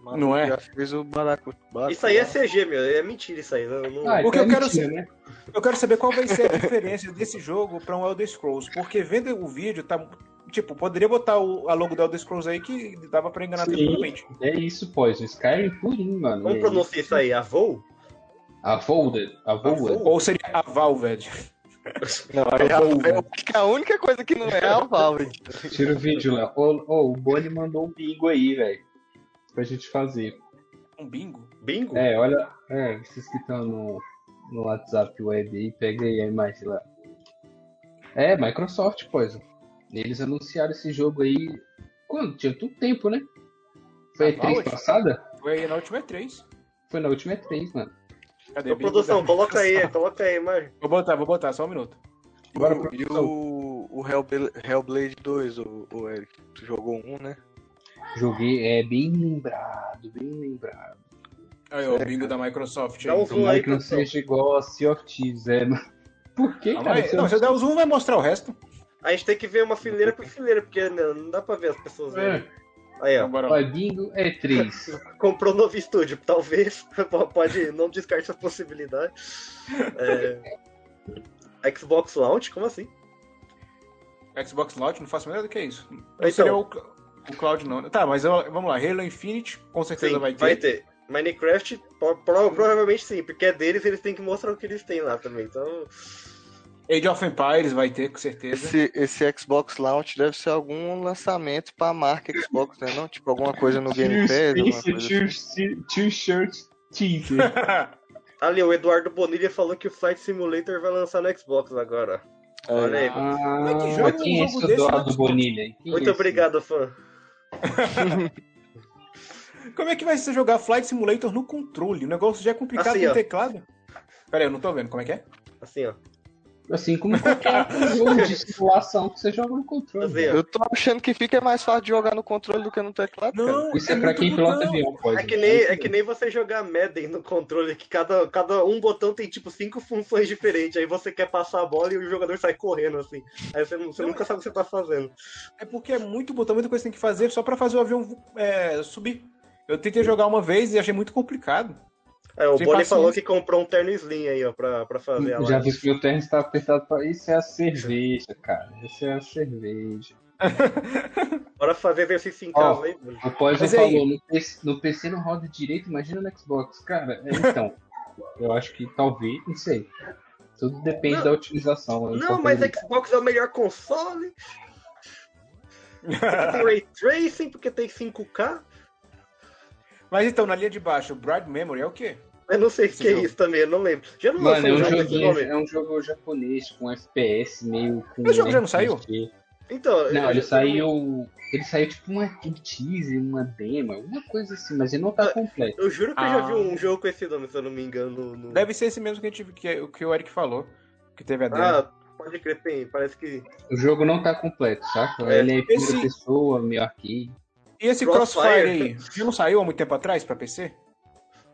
Speaker 5: Mano,
Speaker 2: Não é?
Speaker 5: Já fez o baracu.
Speaker 3: Isso aí é CG, meu, é mentira isso aí. Não, não-
Speaker 4: então. Ah,
Speaker 2: O que
Speaker 4: então
Speaker 2: eu
Speaker 4: é
Speaker 2: quero
Speaker 4: mentira, né?
Speaker 2: Eu quero saber qual vai ser a diferença desse jogo pra um Elder Scrolls, porque vendo o vídeo, tá. Tipo, poderia botar o, a logo do Elder Scrolls aí que dava pra enganar
Speaker 4: Sim.
Speaker 2: tranquilamente.
Speaker 4: É isso, pois. O Skyrim purinho, mano.
Speaker 3: Como
Speaker 4: É
Speaker 3: pronuncia isso aí? Avô?
Speaker 4: A Folded. A Folded.
Speaker 2: Ou seria a Valve.
Speaker 5: Não, aí é- eu acho que a única coisa que não é é a Valve.
Speaker 4: Tira o vídeo, Léo. Ô, ô, o Boni mandou um bingo aí, velho. Pra gente fazer.
Speaker 2: Um bingo?
Speaker 3: Bingo?
Speaker 4: É, olha. É, vocês que estão no, no WhatsApp web aí, pega aí a imagem lá. É, Microsoft, pois. Eles anunciaram esse jogo aí. Quando? Tinha todo tempo, né? Foi a
Speaker 2: Ah,
Speaker 4: E3
Speaker 2: hoje?
Speaker 4: passada?
Speaker 2: Foi aí na última E3.
Speaker 4: Foi na última E3, mano.
Speaker 2: Cadê?
Speaker 3: Ô,
Speaker 2: Bingo
Speaker 3: produção,
Speaker 2: da-
Speaker 3: coloca aí, coloca aí, mas
Speaker 2: Vou botar, vou botar, só um minuto.
Speaker 4: Bora,
Speaker 5: e
Speaker 4: produção.
Speaker 5: o, o Hellbla- Hellblade 2, o, o Eric. Tu jogou um, né?
Speaker 4: Joguei, é bem lembrado, bem lembrado.
Speaker 2: Aí, ó, o bingo da Microsoft.
Speaker 3: Dá
Speaker 2: Aí.
Speaker 3: um zoom
Speaker 4: Tomara
Speaker 3: aí,
Speaker 4: que não
Speaker 3: produção.
Speaker 4: seja igual a Sea of Thieves, é, mano. Por que,
Speaker 2: Calma
Speaker 4: cara?
Speaker 2: aí.
Speaker 4: Sea
Speaker 2: Não,
Speaker 4: of
Speaker 2: se eu der o zoom, vai mostrar o resto.
Speaker 3: A gente tem que ver uma fileira por fileira, porque né, não dá pra ver as pessoas
Speaker 4: É.
Speaker 3: verem. Aí,
Speaker 2: Então,
Speaker 3: ó.
Speaker 2: bora lá.
Speaker 4: Vai, bingo é 3.
Speaker 3: Comprou um novo estúdio, talvez. Pode, não descarte essa possibilidade. É, Xbox Launch? Como assim?
Speaker 2: Xbox Cloud, não faço melhor do que é isso. Não
Speaker 3: Então.
Speaker 2: seria o, cl- o Cloud, não. Tá, mas eu- vamos lá. Halo Infinite, com certeza
Speaker 3: Sim,
Speaker 2: vai ter.
Speaker 3: Minecraft, pro- pro- provavelmente sim, porque é deles, eles têm que mostrar o que eles têm lá também. Então,
Speaker 2: Age of Empires vai ter, com certeza.
Speaker 5: Esse, esse Xbox Launch deve ser algum lançamento pra marca Xbox, né? Não? Tipo, alguma coisa no Game Pass, alguma coisa assim.
Speaker 4: T-shirt teaser.
Speaker 3: Ali, o Eduardo Bonilha falou que o Flight Simulator vai lançar no Xbox agora. Olha aí.
Speaker 2: Como é que
Speaker 4: Ah,
Speaker 2: joga um
Speaker 4: quem é
Speaker 2: jogo
Speaker 4: esse
Speaker 2: desse
Speaker 4: Eduardo
Speaker 2: na-
Speaker 4: Bonilha? aí? Quem é
Speaker 3: Muito
Speaker 4: esse?
Speaker 3: obrigado, fã.
Speaker 2: Como é que vai ser jogar Flight Simulator no controle? O negócio já é complicado
Speaker 3: Assim,
Speaker 2: com
Speaker 3: ó.
Speaker 2: o teclado. Pera aí, eu não tô vendo como é que é.
Speaker 3: Assim, ó.
Speaker 4: Assim como qualquer jogo de simulação que você joga no controle.
Speaker 3: Assim, ó.
Speaker 5: Eu tô achando que fica mais fácil de jogar no controle do que no teclado, cara.
Speaker 2: Não,
Speaker 4: Isso é, pra
Speaker 2: muito
Speaker 4: quem pilota
Speaker 2: botão.
Speaker 4: avião, pode.
Speaker 3: É que, nem, é que nem você jogar Madden no controle, que cada, cada um botão tem tipo cinco funções diferentes. Aí você quer passar a bola e o jogador sai correndo assim. Aí você, não- você nunca sabe o que você tá fazendo.
Speaker 2: É porque é muito botão, muita coisa que tem que fazer só pra fazer o avião é, subir. Eu tentei jogar uma vez e achei muito complicado.
Speaker 3: É, o
Speaker 2: Sem
Speaker 3: Boni
Speaker 2: paciência.
Speaker 3: falou que comprou um terno slim aí, ó, pra, pra fazer a
Speaker 4: Já
Speaker 3: live.
Speaker 4: vi que meu terno está apertado pra. Isso é a cerveja, cara. Isso é a cerveja.
Speaker 3: Bora fazer exercício em casa
Speaker 4: Ó.
Speaker 3: aí, Boni.
Speaker 4: O Poison
Speaker 2: Mas é e aí?
Speaker 4: falou, no PC, no PC não roda direito, imagina no Xbox. Cara, é, então. eu acho que talvez, não sei. Tudo depende
Speaker 3: Não.
Speaker 4: da utilização. né,
Speaker 3: Não,
Speaker 4: qualquer
Speaker 3: mas
Speaker 4: jeito.
Speaker 3: Xbox é o melhor console. Porque tem ray tracing, porque tem 5K.
Speaker 2: Mas então, na linha de baixo, Bright Memory é o quê?
Speaker 3: Eu não sei o que é
Speaker 2: jogo.
Speaker 3: isso também, eu não lembro. Já não
Speaker 4: Mano, é
Speaker 3: lançou
Speaker 4: um,
Speaker 3: um jogo desse
Speaker 4: joguinho,
Speaker 3: nome?
Speaker 4: é um jogo japonês com FPS meio com.
Speaker 2: O jogo já não saiu?
Speaker 4: RPG.
Speaker 3: Então,
Speaker 4: Não,
Speaker 3: eu-
Speaker 4: ele saiu. Ele saiu tipo uma, um teaser, uma demo, alguma coisa assim, mas ele não tá completo.
Speaker 3: Eu juro que eu já vi
Speaker 2: Ah.
Speaker 3: um jogo com esse nome, se eu não me engano. No...
Speaker 2: Deve ser esse mesmo que, a gente, que, que o Eric falou, que teve a demo.
Speaker 3: Ah, pode crer, tem. Parece que.
Speaker 4: O jogo não tá completo, saca?
Speaker 3: É,
Speaker 4: Ele é primeira
Speaker 2: esse-
Speaker 4: pessoa, meio arcade.
Speaker 2: e esse Crossfire,
Speaker 3: Crossfire.
Speaker 2: aí, já não saiu há muito tempo atrás pra PC?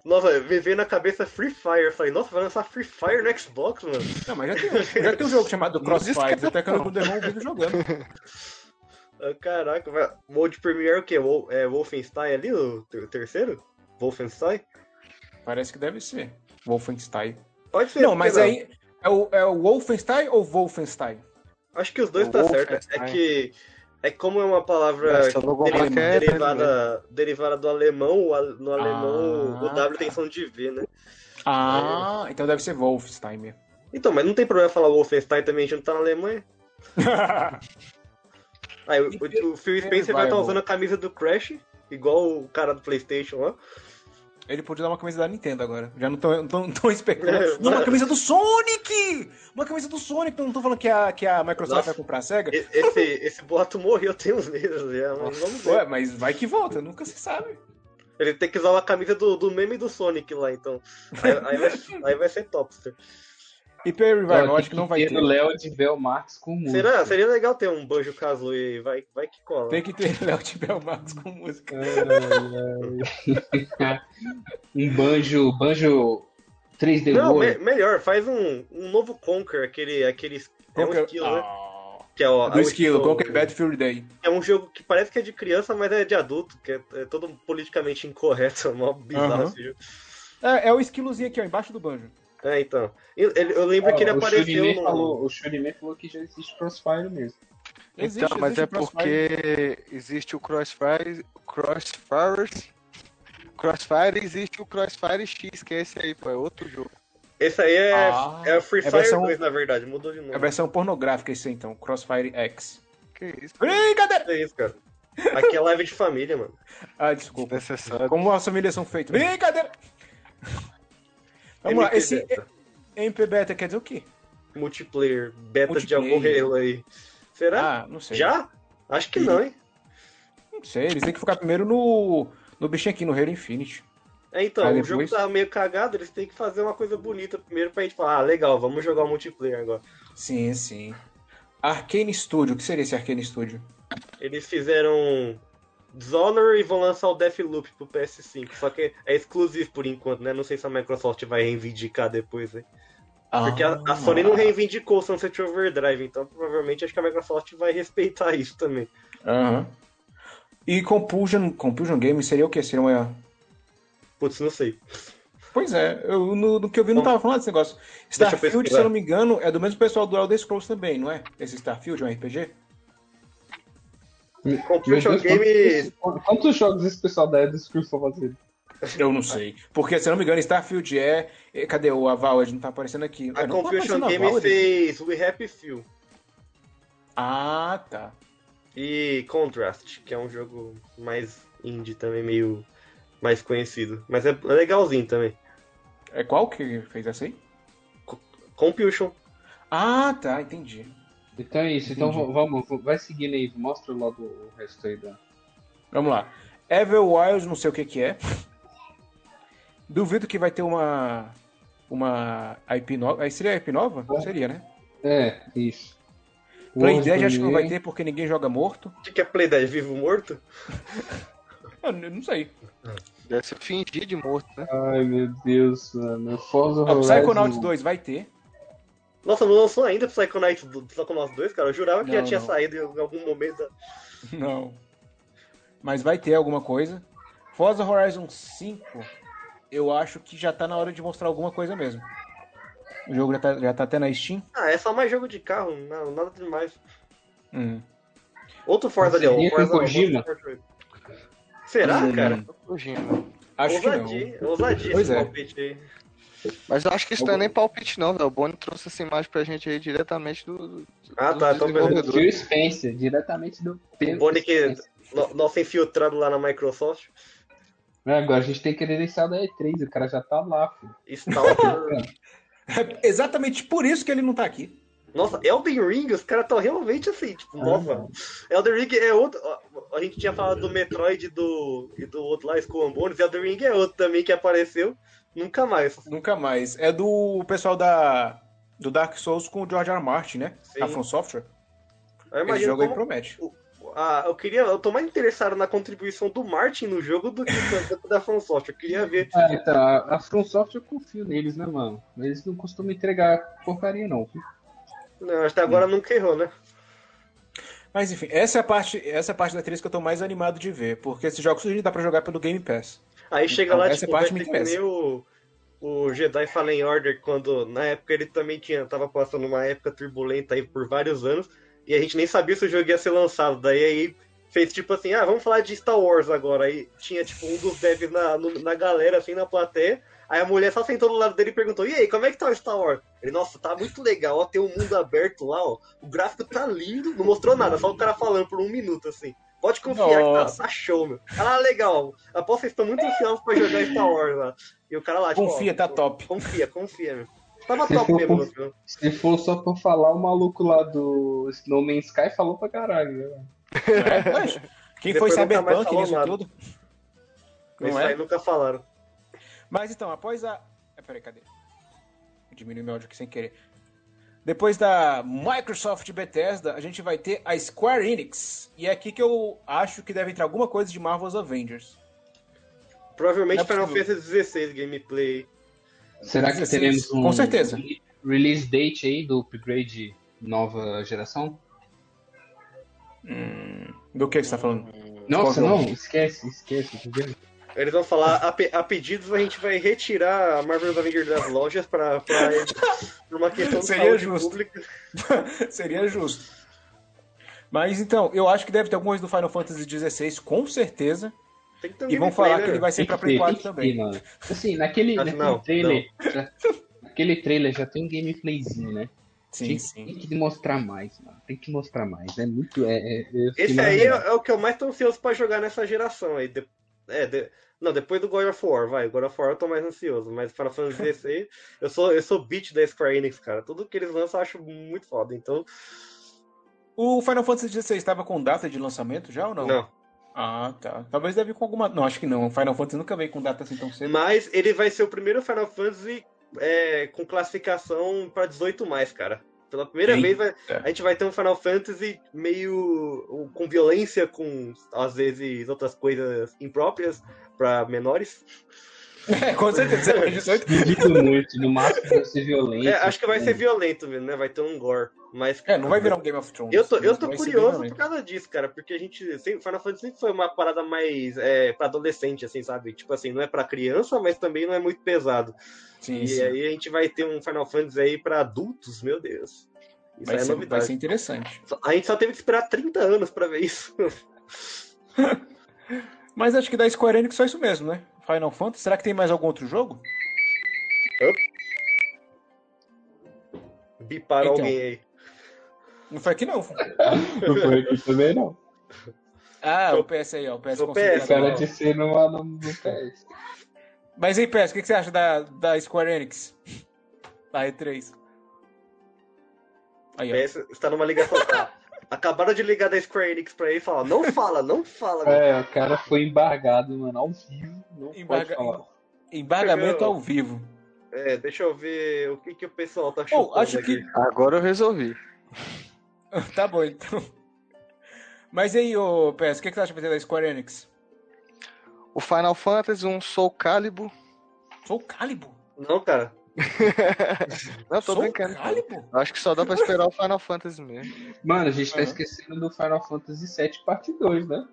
Speaker 3: Nossa, me veio na cabeça Free Fire. Eu Falei, nossa, vai lançar Free Fire no Xbox, mano.
Speaker 2: Não, mas já tem, já tem um jogo chamado Crossfire,
Speaker 5: Não.
Speaker 2: até que eu não derrubou um vídeo jogando.
Speaker 3: Ah, Caraca, vai. Mode Premiere é o quê? Wo- é Wolfenstein ali, o ter- o terceiro? Wolfenstein?
Speaker 2: Parece que deve ser. Wolfenstein.
Speaker 3: Pode ser.
Speaker 2: Não,
Speaker 3: por que
Speaker 2: mas aí é o, é o Wolfenstein ou Wolfenstein?
Speaker 3: Acho que os dois
Speaker 5: O
Speaker 3: tá certo.
Speaker 5: Wolfenstein.
Speaker 3: É que. É como é uma palavra
Speaker 5: Essa logomarca
Speaker 3: deri-
Speaker 5: é-
Speaker 3: derivada, derivada do alemão, o a- no alemão o
Speaker 2: Ah,
Speaker 3: W tem som de V, né?
Speaker 2: Ah, então deve ser Wolfenstein mesmo.
Speaker 3: Então, mas não tem problema falar Wolfenstein também, a gente não tá na Alemanha. Aí o, o- o Phil Spencer vai estar
Speaker 2: Revival.
Speaker 3: usando a camisa do Crash, igual o cara do Playstation lá.
Speaker 2: Ele podia dar uma camisa da Nintendo agora. Já não tô, não tô, não tô especulando. Não, uma camisa do Sonic! Uma camisa do Sonic! Eu não tô falando que a, que a Microsoft
Speaker 3: Nossa.
Speaker 2: vai comprar a SEGA.
Speaker 3: E- Esse, esse boato morreu tem uns meses já, mas vamos ver.
Speaker 2: Ué, mas vai que volta, nunca se sabe.
Speaker 3: Ele tem que usar uma camisa do, do meme do Sonic lá, então. Aí, aí vai, aí vai ser topster.
Speaker 2: E Perry
Speaker 4: Ó,
Speaker 2: vai, eu
Speaker 4: tem
Speaker 2: acho que não vai
Speaker 4: ter
Speaker 2: ter.
Speaker 4: O Léo de Belmarx com música.
Speaker 3: Será? Seria legal ter um Banjo Kazooie aí, vai, vai que cola.
Speaker 2: Tem que ter Léo de Belmarx com música.
Speaker 4: Ai, ai. um banjo, banjo 3D
Speaker 3: Não, me-
Speaker 4: World.
Speaker 3: melhor, faz um, um novo Conquer, aquele. aquele é um
Speaker 2: Qualquer-
Speaker 3: skill, né?
Speaker 2: Ah,
Speaker 3: Que é o,
Speaker 2: Do
Speaker 3: é o
Speaker 2: esquilo,
Speaker 3: o-
Speaker 2: qualquer Battlefield Day.
Speaker 3: É um jogo que parece que é de criança, mas é de adulto, que é, é todo politicamente incorreto, é mó bizarro
Speaker 2: Aham.
Speaker 3: esse jogo.
Speaker 2: É, é o esquilozinho aqui, ó, embaixo do banjo.
Speaker 3: É, então. Eu, ele- eu
Speaker 2: Ah,
Speaker 3: lembro que ele
Speaker 4: Ó, o
Speaker 3: apareceu
Speaker 4: Shurime
Speaker 3: um no.
Speaker 4: falou, o Shurime falou que já existe Crossfire mesmo.
Speaker 2: Existe,
Speaker 5: então, mas
Speaker 2: existe
Speaker 5: é
Speaker 2: o Crossfire.
Speaker 5: porque existe o Crossfire, Crossfire, Crossfire existe o Crossfire X, que é esse aí, pô, é outro jogo.
Speaker 3: Esse aí é,
Speaker 2: Ah,
Speaker 3: é o Free
Speaker 2: é
Speaker 3: Fire
Speaker 2: versão-
Speaker 3: 2, na verdade, mudou de nome.
Speaker 2: É a versão pornográfica esse aí, então, Crossfire X.
Speaker 5: Que isso?
Speaker 2: Brincadeira!
Speaker 3: É isso, cara. Aqui é live de família, mano.
Speaker 2: Ah, desculpa.
Speaker 5: Necessário.
Speaker 2: Como as famílias são feitas. Brincadeira! Vamos lá,
Speaker 3: MP
Speaker 2: esse
Speaker 3: beta.
Speaker 2: MP Beta quer dizer o quê?
Speaker 3: Multiplayer, beta de
Speaker 2: Multiplayer.
Speaker 3: algum relo aí. Será?
Speaker 2: Ah, não sei.
Speaker 3: É? Já? Acho que não, hein?
Speaker 2: Não sei, eles têm que ficar primeiro no, no bichinho aqui, no Halo Infinite.
Speaker 3: É, então,
Speaker 2: Ah,
Speaker 3: o jogo
Speaker 2: depois?
Speaker 3: tá meio cagado, eles têm que fazer uma coisa bonita primeiro pra gente falar, ah, legal, vamos jogar o multiplayer agora.
Speaker 2: Sim, sim. Arcane Studio, o que seria esse Arcane Studio?
Speaker 3: Eles fizeram Dishonor e vão lançar o Deathloop pro PS5, só que é exclusivo por enquanto, né? Não sei se a Microsoft vai reivindicar depois, hein? Ah. Porque a, a Sony
Speaker 2: Ah.
Speaker 3: não reivindicou o Sunset Overdrive, então provavelmente acho que a Microsoft vai respeitar isso também.
Speaker 2: Aham. E Compulsion, Compulsion Games seria o quê? Seria uma...
Speaker 3: Putz, não sei.
Speaker 2: Pois é, eu, no, no que eu vi não tava falando desse negócio.
Speaker 3: Deixa eu
Speaker 2: Starfield, se
Speaker 3: pesquisar.
Speaker 2: eu não me engano, é do mesmo pessoal do Elder Scrolls também, não é? Esse Starfield, um RPG?
Speaker 3: Compulsion Game.
Speaker 4: quantos, quantos jogos esse pessoal da Elder Scrolls tá fazendo?
Speaker 2: Eu não sei. Porque, se eu não me engano, Starfield é. eh, Cadê o Avowed? Não tá aparecendo aqui.
Speaker 3: A
Speaker 2: Ah, não tá
Speaker 3: Confusion
Speaker 2: aparecendo
Speaker 3: Game
Speaker 2: Avowed?
Speaker 3: fez We Happy Few
Speaker 2: Ah, tá.
Speaker 3: e Contrast, que é um jogo mais indie também, meio mais conhecido. Mas é legalzinho também.
Speaker 2: É qual que fez essa aí?
Speaker 3: Confusion.
Speaker 2: Ah, tá, entendi.
Speaker 4: Então é isso. Então v- vamos, v- vai seguindo aí. Mostra logo o resto aí da.
Speaker 2: Vamos lá. Everwild, não sei o que que é. Duvido que vai ter uma. Uma IP nova. Aí seria IP nova? Seria, né?
Speaker 4: É, isso.
Speaker 2: Play
Speaker 4: World
Speaker 2: 10 acho que não vai
Speaker 4: também.
Speaker 2: ter porque ninguém joga morto.
Speaker 3: O que que é Play 10? Vivo Morto?
Speaker 2: Eu n- não sei.
Speaker 5: Deve se fingir de morto, né?
Speaker 4: Ai meu Deus, mano. Forza
Speaker 2: Ó, Ah, Psychonauts
Speaker 4: Horizon.
Speaker 2: 2 vai ter.
Speaker 3: Nossa, não lançou ainda Psychonauts, do- Psychonauts 2, cara. Eu jurava que
Speaker 2: Não,
Speaker 3: já tinha
Speaker 2: não.
Speaker 3: saído em algum momento. da-
Speaker 2: Não. Mas vai ter alguma coisa. Forza Horizon 5, eu acho que já tá na hora de mostrar alguma coisa mesmo. O jogo já tá, já tá até na Steam.
Speaker 3: Ah, é só mais jogo de carro, não, nada demais.
Speaker 2: Hum.
Speaker 3: Outro Forza ali,
Speaker 4: Seria
Speaker 3: ó. um
Speaker 4: com
Speaker 3: Forza,
Speaker 4: Kojima?
Speaker 3: Será,
Speaker 2: Hum,
Speaker 3: cara?
Speaker 5: Fugindo.
Speaker 2: Acho que não.
Speaker 3: ousadia, ousadia
Speaker 2: Pois
Speaker 3: esse
Speaker 2: é.
Speaker 3: palpite aí.
Speaker 5: Mas eu acho que isso não é nem palpite, não, velho. O Boni trouxe essa imagem pra gente aí diretamente do. do-
Speaker 3: Ah,
Speaker 5: do
Speaker 3: tá, então beleza.
Speaker 5: desenvolvedor.
Speaker 4: Phil Spencer, diretamente do Phil
Speaker 3: Boni que-
Speaker 4: Spencer.
Speaker 3: No- Nosso infiltrado lá na Microsoft.
Speaker 4: É, Agora a gente tem credencial da E3, o cara já tá lá, filho.
Speaker 3: Stalker.
Speaker 2: É Exatamente por isso que ele não tá aqui.
Speaker 3: Nossa, Elden Ring, os caras estão realmente assim, tipo, nossa. Elden Ring é outro. ó, A gente tinha falado do Metroid e do, e do outro lá, Skull and Bones. Elden Ring é outro também que apareceu. Nunca mais.
Speaker 2: Nunca mais. É do pessoal da do Dark Souls com o George R. R. Martin, né?
Speaker 3: Sim.
Speaker 2: A From Software.
Speaker 3: Eu
Speaker 2: Esse
Speaker 3: imagino
Speaker 2: jogo aí
Speaker 3: como...
Speaker 2: promete.
Speaker 3: ah, eu queria. Eu tô mais interessado na contribuição do Martin no jogo do que da- da Fansoft. Eu queria ver.
Speaker 2: É.
Speaker 4: Ah, então, a, a From Software eu confio neles, né, mano? Eles não costumam entregar porcaria, não. viu?
Speaker 3: Não, até né, agora nunca errou, né?
Speaker 2: Mas enfim, essa é a parte, essa é a parte da atriz que eu tô mais animado de ver, porque esse jogo surgiu dá pra jogar pelo Game Pass.
Speaker 3: Aí chega
Speaker 2: Então,
Speaker 3: lá,
Speaker 2: essa
Speaker 3: tipo,
Speaker 2: parte
Speaker 3: vai
Speaker 2: me
Speaker 3: ter que
Speaker 2: interessa.
Speaker 3: nem o, o Jedi Fallen Order, quando na época ele também tinha, tava passando uma época turbulenta aí por vários anos, e a gente nem sabia se o jogo ia ser lançado. Daí aí fez tipo assim, ah, vamos falar de Star Wars agora. Aí tinha tipo um dos devs na, no- na galera, assim, na plateia. Aí a mulher só sentou do lado dele e perguntou, e aí, como é que tá o Star Wars? Ele, nossa, tá muito legal, ó, tem um mundo aberto lá, ó. O gráfico tá lindo, não mostrou nada, só o cara falando por um minuto, assim. Pode confiar que
Speaker 2: Nossa.
Speaker 3: tá, tá show, meu. Ah, legal. Aposto que vocês estão muito ansiosos pra jogar Star Wars lá. E o cara lá, tipo,
Speaker 2: Confia,
Speaker 3: ó,
Speaker 2: tá top.
Speaker 3: Confia, confia, meu. Tava top mesmo, meu. filho.
Speaker 4: Se for só pra falar, o maluco lá do No Man's Sky falou pra caralho. né?
Speaker 2: É, mas quem foi
Speaker 3: Depois nunca mais
Speaker 2: Cyberpunk
Speaker 3: falou
Speaker 2: nisso
Speaker 3: nada.
Speaker 2: tudo?
Speaker 3: Isso
Speaker 2: Não
Speaker 3: aí
Speaker 2: é?
Speaker 3: nunca falaram.
Speaker 2: Mas então, após a. É, peraí, cadê? Diminui meu áudio aqui sem querer. Depois da Microsoft e Bethesda, a gente vai ter a Square Enix. E é aqui que eu acho que deve entrar alguma coisa de Marvel's Avengers.
Speaker 3: Provavelmente
Speaker 2: Não é
Speaker 3: Final
Speaker 2: possível.
Speaker 3: Fantasy XVI gameplay.
Speaker 4: Será que
Speaker 2: 16,
Speaker 4: teremos um
Speaker 2: com certeza.
Speaker 4: release date aí do upgrade nova geração?
Speaker 2: Do que, que você tá falando?
Speaker 4: Nossa,
Speaker 2: Qual
Speaker 4: não,
Speaker 2: jogo?
Speaker 4: esquece, esquece.
Speaker 2: É
Speaker 4: tá vendo?
Speaker 3: Eles vão falar, a, pe- a pedidos a gente vai retirar a Marvel Avengers das lojas pra, pra, por uma questão de
Speaker 2: Seria
Speaker 3: saúde
Speaker 2: justo.
Speaker 3: pública.
Speaker 2: Seria justo. Mas então, eu acho que deve ter algumas do Final Fantasy XVI, com certeza.
Speaker 3: Tem que ter um
Speaker 2: E vão
Speaker 3: gameplay,
Speaker 2: falar
Speaker 3: né,
Speaker 2: que ele
Speaker 3: meu?
Speaker 2: vai ser
Speaker 4: Tem
Speaker 2: pra
Speaker 4: que
Speaker 2: Play
Speaker 4: ter,
Speaker 2: 4
Speaker 4: tem que ter,
Speaker 2: também.
Speaker 4: mano. Assim, naquele,
Speaker 3: Mas
Speaker 4: naquele
Speaker 3: não,
Speaker 4: trailer. Já, naquele trailer já tem um gameplayzinho, né?
Speaker 2: Sim,
Speaker 4: tem,
Speaker 2: sim.
Speaker 4: tem que mostrar mais, mano. Tem que mostrar mais. É muito. É, é- eu fiquei
Speaker 3: Esse
Speaker 2: né?
Speaker 3: aí é,
Speaker 4: maravilhado.
Speaker 3: é o que eu mais tô ansioso pra jogar nessa geração aí. De- é, de- não, depois do God of War, vai. God of War eu tô mais ansioso, mas Final Fantasy XVI, eu sou, eu sou beat da Square Enix, cara. Tudo que eles lançam eu acho muito foda, então.
Speaker 2: O Final Fantasy XVI estava com data de lançamento já ou não?
Speaker 3: Não.
Speaker 2: Ah, tá. Talvez deve vir com alguma. Não, acho que não. O Final Fantasy nunca veio com data assim tão cedo.
Speaker 3: Mas ele vai ser o primeiro Final Fantasy é, com classificação pra 18, cara. Pela primeira
Speaker 2: Sim.
Speaker 3: vez vai-
Speaker 2: É.
Speaker 3: a gente vai ter um Final Fantasy meio com violência, com às vezes outras coisas impróprias pra menores.
Speaker 2: É, com certeza. é 18.
Speaker 4: Duvido muito, no máximo deve ser violento.
Speaker 3: É, acho que vai
Speaker 4: né?
Speaker 3: ser violento mesmo, né? Vai ter um gore. Mas
Speaker 2: É, não vai virar um Game of Thrones.
Speaker 3: Eu tô, eu
Speaker 2: mas
Speaker 3: tô
Speaker 2: vai ser bem
Speaker 3: curioso
Speaker 2: violento.
Speaker 3: por causa disso, cara, porque a gente. Sempre, Final Fantasy sempre foi uma parada mais é, pra adolescente, assim, sabe? Tipo assim, não é pra criança, mas também não é muito pesado.
Speaker 2: Sim,
Speaker 3: e
Speaker 2: sim.
Speaker 3: aí a gente vai ter um Final Fantasy aí pra adultos, meu Deus. Isso
Speaker 2: vai,
Speaker 3: aí é
Speaker 2: ser, vai
Speaker 3: novidade.
Speaker 2: ser interessante.
Speaker 3: Só- A gente só teve que esperar 30 anos pra ver isso.
Speaker 2: Mas acho que da Square Enix só isso mesmo, né? Final Fantasy. Será que tem mais algum outro jogo?
Speaker 3: Biparam
Speaker 2: Então.
Speaker 3: alguém aí.
Speaker 2: Não foi aqui, não.
Speaker 4: Não foi aqui também, não.
Speaker 2: Ah, o PS aí, ó. O PS
Speaker 3: Ô,
Speaker 2: considerado.
Speaker 3: né?
Speaker 4: O cara disse ser numa no, no PS.
Speaker 2: Mas aí, PS, o que, que você acha da, da Square Enix? Da E3. Aí, ó.
Speaker 3: Essa- Você tá numa ligação. Ah, Acabaram de ligar da Square Enix pra ele e falar: não fala, não fala. meu.
Speaker 4: É, o cara foi embargado, mano, ao vivo. Não
Speaker 2: Embarga-
Speaker 4: pode falar.
Speaker 2: Embargamento
Speaker 3: Chegou.
Speaker 2: ao vivo.
Speaker 3: É, deixa eu ver o que, que o pessoal tá
Speaker 2: Bom,
Speaker 3: chutando
Speaker 2: acho
Speaker 3: aqui.
Speaker 2: que.
Speaker 5: Agora eu resolvi.
Speaker 2: tá bom, então. Mas aí, ô PS, o que, que você acha da Square Enix?
Speaker 5: O Final Fantasy, um Soul Calibur.
Speaker 2: Sou o Calibur?
Speaker 3: Não, cara.
Speaker 5: Não, tô
Speaker 2: Soul
Speaker 5: brincando.
Speaker 2: Calibur?
Speaker 5: Acho que só dá pra esperar o Final Fantasy mesmo.
Speaker 4: Mano, a gente tá
Speaker 2: Uhum.
Speaker 4: esquecendo do Final Fantasy VII parte 2, né?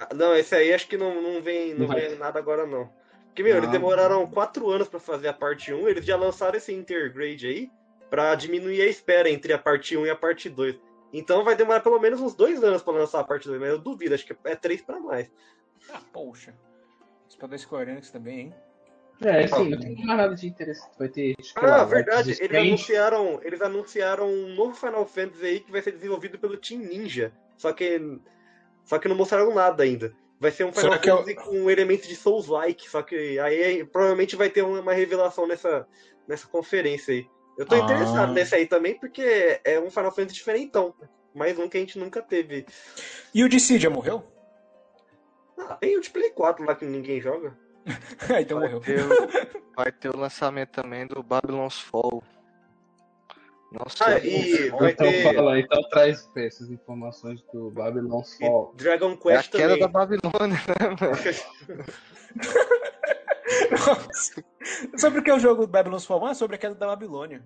Speaker 3: Ah, Não, esse aí acho que não, não vem, não
Speaker 4: Não vai.
Speaker 3: vem nada agora, não. Porque, meu, eles
Speaker 4: Ah.
Speaker 3: demoraram quatro anos pra fazer a parte 1, eles já lançaram esse intergrade aí pra diminuir a espera entre a parte 1 e a parte 2. Então vai demorar pelo menos uns dois anos pra lançar a parte 2, mas eu duvido, acho que é três pra mais.
Speaker 2: Ah, poxa. Isso pra da Square Enix também, hein?
Speaker 4: É, sim, não tem mais nada de interessante. Vai ter. Tipo,
Speaker 3: Ah,
Speaker 2: né,
Speaker 4: lá,
Speaker 3: verdade,
Speaker 4: Life is
Speaker 3: eles
Speaker 2: é
Speaker 4: Strange.
Speaker 3: anunciaram, eles anunciaram um novo Final Fantasy aí que vai ser desenvolvido pelo Team Ninja. Só que só que não mostraram nada ainda. Vai ser um Final
Speaker 2: Será que é o-
Speaker 3: Fantasy com elementos de Souls-like, só que aí provavelmente vai ter uma uma revelação nessa nessa conferência aí. Eu tô
Speaker 2: Ah.
Speaker 3: interessado nesse aí também porque é um Final Fantasy diferentão. Mais um que a gente nunca teve.
Speaker 2: E o DC já morreu?
Speaker 3: Ah, tem o de Play 4 lá que ninguém joga.
Speaker 2: Ah, então
Speaker 5: Vai
Speaker 2: morreu.
Speaker 5: ter, o- vai ter o lançamento também do Babylon's Fall. Não
Speaker 3: Ah,
Speaker 5: sei.
Speaker 3: e vai
Speaker 4: então,
Speaker 3: ter
Speaker 4: fala, então traz essas informações do Babylon's Fall.
Speaker 3: Dragon
Speaker 5: É a
Speaker 3: Quest
Speaker 5: queda
Speaker 3: também.
Speaker 5: da Babilônia.
Speaker 2: Nossa. Sobre o que é o jogo Babylon's Fall? Ah, sobre a queda da Babilônia.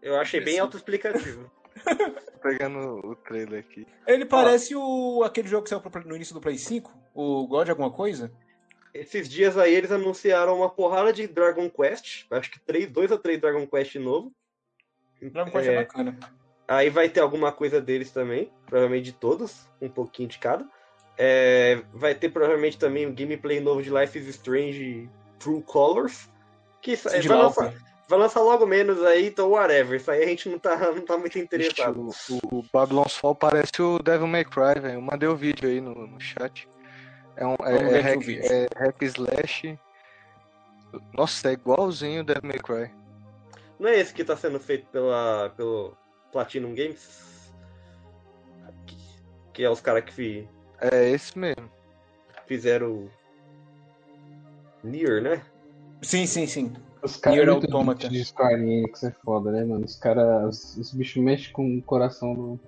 Speaker 3: Eu achei bem autoexplicativo.
Speaker 5: Tô tá pegando o trailer aqui.
Speaker 2: Ele parece o aquele jogo que saiu pro- no início do Play 5, o God alguma coisa.
Speaker 3: Esses dias aí eles anunciaram uma porrada de Dragon Quest, acho que três, dois ou três Dragon Quest novo.
Speaker 2: Dragon Quest é,
Speaker 3: É.
Speaker 2: bacana.
Speaker 3: Aí vai ter alguma coisa deles também, provavelmente de todos, um pouquinho de cada. É, vai ter provavelmente também um gameplay novo de Life is Strange True Colors, que isso-
Speaker 2: Sid
Speaker 3: vai,
Speaker 2: Lauper.
Speaker 3: lançar, vai lançar logo menos aí, então whatever. Isso aí a gente não tá, não tá muito
Speaker 5: Ixi,
Speaker 3: interessado.
Speaker 5: o, o- o Babylon's Fall parece o Devil May Cry, velho. Eu mandei o vídeo aí no, no chat. É um
Speaker 2: Vamos
Speaker 5: é,
Speaker 2: ver aqui
Speaker 5: é
Speaker 2: o
Speaker 5: hack,
Speaker 2: vídeo.
Speaker 5: é hack slash. Nossa, é igualzinho o Devil May Cry.
Speaker 3: Não é esse que tá sendo feito pela, pelo Platinum Games? Que, que é os caras que fi-
Speaker 5: É esse mesmo.
Speaker 3: fizeram. Nier, né?
Speaker 2: Sim, sim, sim.
Speaker 4: Os caras é
Speaker 2: Nier
Speaker 4: muito
Speaker 2: Automata.
Speaker 4: bichos de Square Enix é foda, né, mano? Os caras. Os, os bichos mexem com o coração do.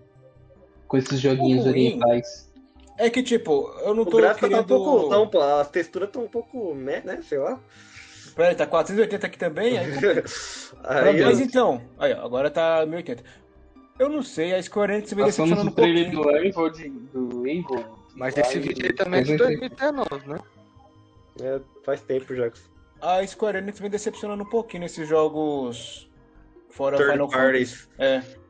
Speaker 4: Com esses joguinhos
Speaker 2: ruim.
Speaker 4: orientais.
Speaker 2: É que tipo, eu não
Speaker 3: O
Speaker 2: tô
Speaker 3: gráfico
Speaker 2: querendo
Speaker 3: tá um pouco. Tá um, po- as texturas estão um pouco. Né, né? Sei lá.
Speaker 2: Peraí, tá 480 aqui também, aí
Speaker 3: Aí,
Speaker 2: Mas
Speaker 3: eu-
Speaker 2: então, aí ó, agora tá 1080. Eu não sei, a Square Enix
Speaker 5: Tá
Speaker 2: me
Speaker 4: Passamos
Speaker 2: decepcionando
Speaker 4: o
Speaker 2: um pouquinho.
Speaker 4: trailer do Evil, de, do Evil.
Speaker 5: Mas esse
Speaker 4: Aí,
Speaker 5: vídeo aí também é de
Speaker 4: 380.
Speaker 5: 2019, né?
Speaker 3: é, faz tempo já. que-
Speaker 2: A Square Enix me decepcionando um pouquinho nesses jogos fora o
Speaker 3: Third
Speaker 2: Final
Speaker 3: parties.
Speaker 2: Fantasy. É.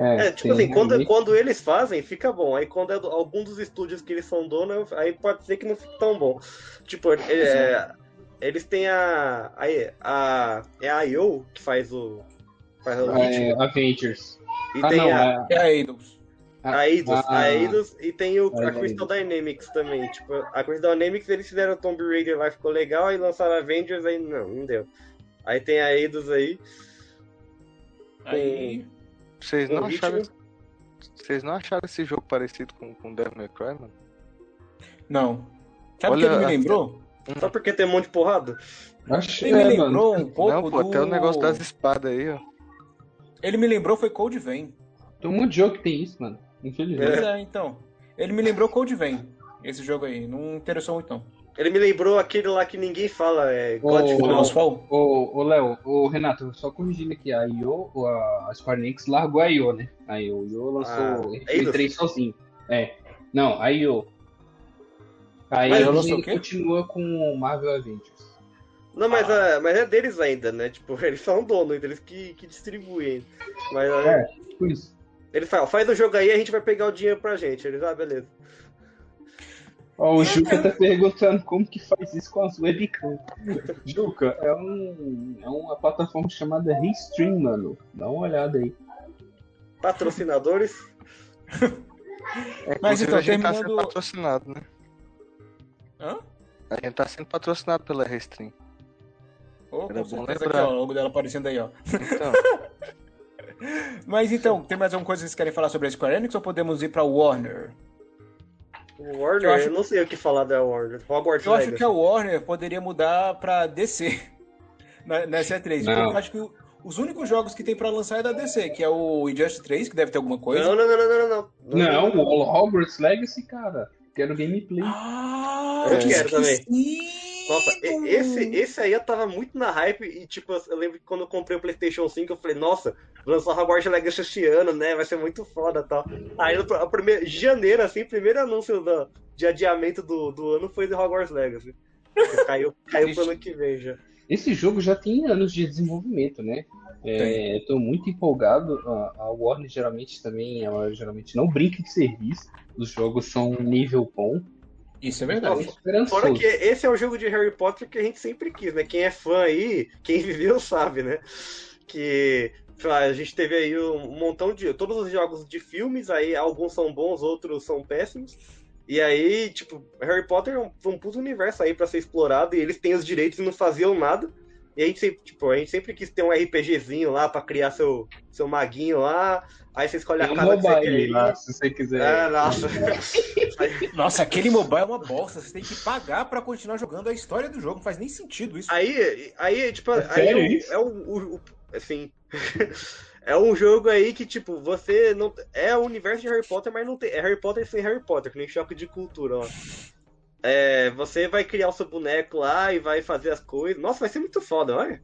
Speaker 3: É, tipo
Speaker 4: tem
Speaker 3: assim, quando,
Speaker 4: remake.
Speaker 3: quando eles fazem, fica bom. Aí quando é do- algum dos estúdios que eles são dono, aí pode ser que não fique tão bom. Tipo, é, eles têm a. a, a é a IO que faz o. Faz o ritmo.
Speaker 4: É, Avengers.
Speaker 3: E
Speaker 4: ah,
Speaker 3: tem
Speaker 4: não,
Speaker 3: a.
Speaker 4: é-
Speaker 2: É a Eidos.
Speaker 3: A Eidos,
Speaker 4: Ah.
Speaker 3: a Eidos e tem o,
Speaker 4: Ah,
Speaker 3: a Crystal Dynamics também. Tipo, a Crystal Dynamics eles fizeram Tomb Raider lá, ficou legal, aí lançaram Avengers, aí não, não deu. Aí tem a Eidos aí,
Speaker 2: Aí.
Speaker 5: Vocês
Speaker 3: com
Speaker 5: não acharam.
Speaker 3: ritmo.
Speaker 5: Vocês não acharam esse jogo parecido com, com Devil May Cry, mano?
Speaker 2: Não. Sabe o que
Speaker 5: Olha
Speaker 2: ele me
Speaker 5: a-
Speaker 2: lembrou?
Speaker 3: Só porque tem um monte de porrada?
Speaker 4: Acho
Speaker 2: Ele me
Speaker 4: é, mano.
Speaker 2: lembrou um pouco
Speaker 5: não, pô,
Speaker 2: do...
Speaker 5: até o negócio das espadas aí, ó.
Speaker 2: Ele me lembrou foi Cold Vein.
Speaker 4: Tem um monte de jogo que tem isso, mano. Infelizmente.
Speaker 2: Pois é, então. Ele me lembrou Cold Vein, esse jogo aí. Não interessou muito, não.
Speaker 3: Ele me lembrou aquele lá que ninguém fala, é
Speaker 4: Ô,
Speaker 3: Godfall.
Speaker 2: Babylon's Fall?
Speaker 4: Ô, ô Léo, ô Renato, só corrigindo aqui, a IO, ou a a Square Enix largou a IO, né? A IO, IO
Speaker 3: Ah,
Speaker 4: lançou o
Speaker 3: é isso?
Speaker 4: Play 3 sozinho. É. Não, a IO. A
Speaker 2: IO
Speaker 4: IO
Speaker 2: lançou
Speaker 4: ainda
Speaker 2: o quê?
Speaker 4: continua com o Marvel Avengers.
Speaker 3: Não, mas, ah, mas é deles ainda, né? Tipo, eles são donos, eles que, que distribuem. Mas ah,
Speaker 4: É. Por isso.
Speaker 3: eles falam, faz o jogo aí, a gente vai pegar o dinheiro pra gente. Eles, ah, beleza.
Speaker 4: Ó, o Juca tá perguntando como que faz isso com as webcams. Juca, é, um, é uma plataforma chamada Restream, mano. Dá uma olhada aí.
Speaker 3: Patrocinadores?
Speaker 5: É,
Speaker 2: Mas
Speaker 5: inclusive,
Speaker 2: então,
Speaker 5: a gente tá sendo
Speaker 2: terminando-
Speaker 5: patrocinado, né?
Speaker 2: Hã?
Speaker 5: A gente tá sendo patrocinado pela Restream.
Speaker 2: Oh,
Speaker 5: Era
Speaker 2: com
Speaker 5: bom
Speaker 2: certeza aqui,
Speaker 5: lembrar.
Speaker 2: ó, o logo dela aparecendo aí, ó.
Speaker 5: Então,
Speaker 2: Mas então, tem mais alguma coisa que vocês querem falar sobre a Square Enix ou podemos ir pra Warner?
Speaker 3: Warner?
Speaker 2: Eu
Speaker 3: Eu,
Speaker 2: acho-
Speaker 3: não sei o que falar da Warner. Hogwarts
Speaker 2: Eu acho
Speaker 3: Legacy.
Speaker 2: que é a Warner poderia mudar pra DC na, na C3.
Speaker 4: Não.
Speaker 2: Eu acho que o- os únicos jogos que tem pra lançar é da DC, que é o Injustice 3, que deve ter alguma coisa.
Speaker 3: Não, não, não, não, não, não.
Speaker 4: Não, o Hogwarts Legacy, cara. Quero gameplay.
Speaker 2: Ah,
Speaker 5: Eu
Speaker 2: que
Speaker 3: quero também.
Speaker 2: esquisito!
Speaker 3: Nossa, e- esse, esse aí eu tava muito na hype e, tipo, eu lembro que quando eu comprei o PlayStation 5, eu falei, nossa, lançou Hogwarts Legacy este ano, né? Vai ser muito foda e tal. Aí, no, a primeira, janeiro, assim, o primeiro anúncio da- de adiamento do, do ano foi de Hogwarts Legacy. Caiu, caiu pro ano que vem já.
Speaker 4: Esse jogo já tem anos de desenvolvimento, né? É, eu tô muito empolgado. A, a Warner geralmente também, ela geralmente não brinca de serviço. Os jogos são um nível bom.
Speaker 2: Isso é
Speaker 4: Tô
Speaker 2: verdade.
Speaker 4: esperançoso.
Speaker 3: Fora que esse é o jogo de Harry Potter que a gente sempre quis, né? Quem é fã aí, quem viveu sabe, né? Que a gente teve aí um montão de. Todos os jogos de filmes, aí alguns são bons, outros são péssimos. E aí, tipo, Harry Potter é um, um puto universo aí pra ser explorado e eles têm os direitos e não faziam nada. E a gente sempre, tipo, a gente sempre quis ter um RPGzinho lá pra criar seu, seu maguinho lá. Aí você escolhe
Speaker 4: Tem
Speaker 3: a
Speaker 4: um
Speaker 3: casa que você quer
Speaker 4: mobile
Speaker 3: ir.
Speaker 4: lá, se você quiser.
Speaker 3: Ah, nossa.
Speaker 2: Nossa, aquele mobile é uma bosta. Você tem que pagar pra continuar jogando a história do jogo. Não faz nem sentido isso.
Speaker 3: Aí, aí tipo,
Speaker 4: É
Speaker 3: aí
Speaker 4: sério
Speaker 3: é, o-
Speaker 4: isso?
Speaker 3: é o, o- o- assim, é um jogo aí que tipo, você não é o universo de Harry Potter, mas não tem é Harry Potter sem Harry Potter, que nem choque de cultura, ó. É, você vai criar o seu boneco lá e vai fazer as coisas. Nossa, vai ser muito foda, olha.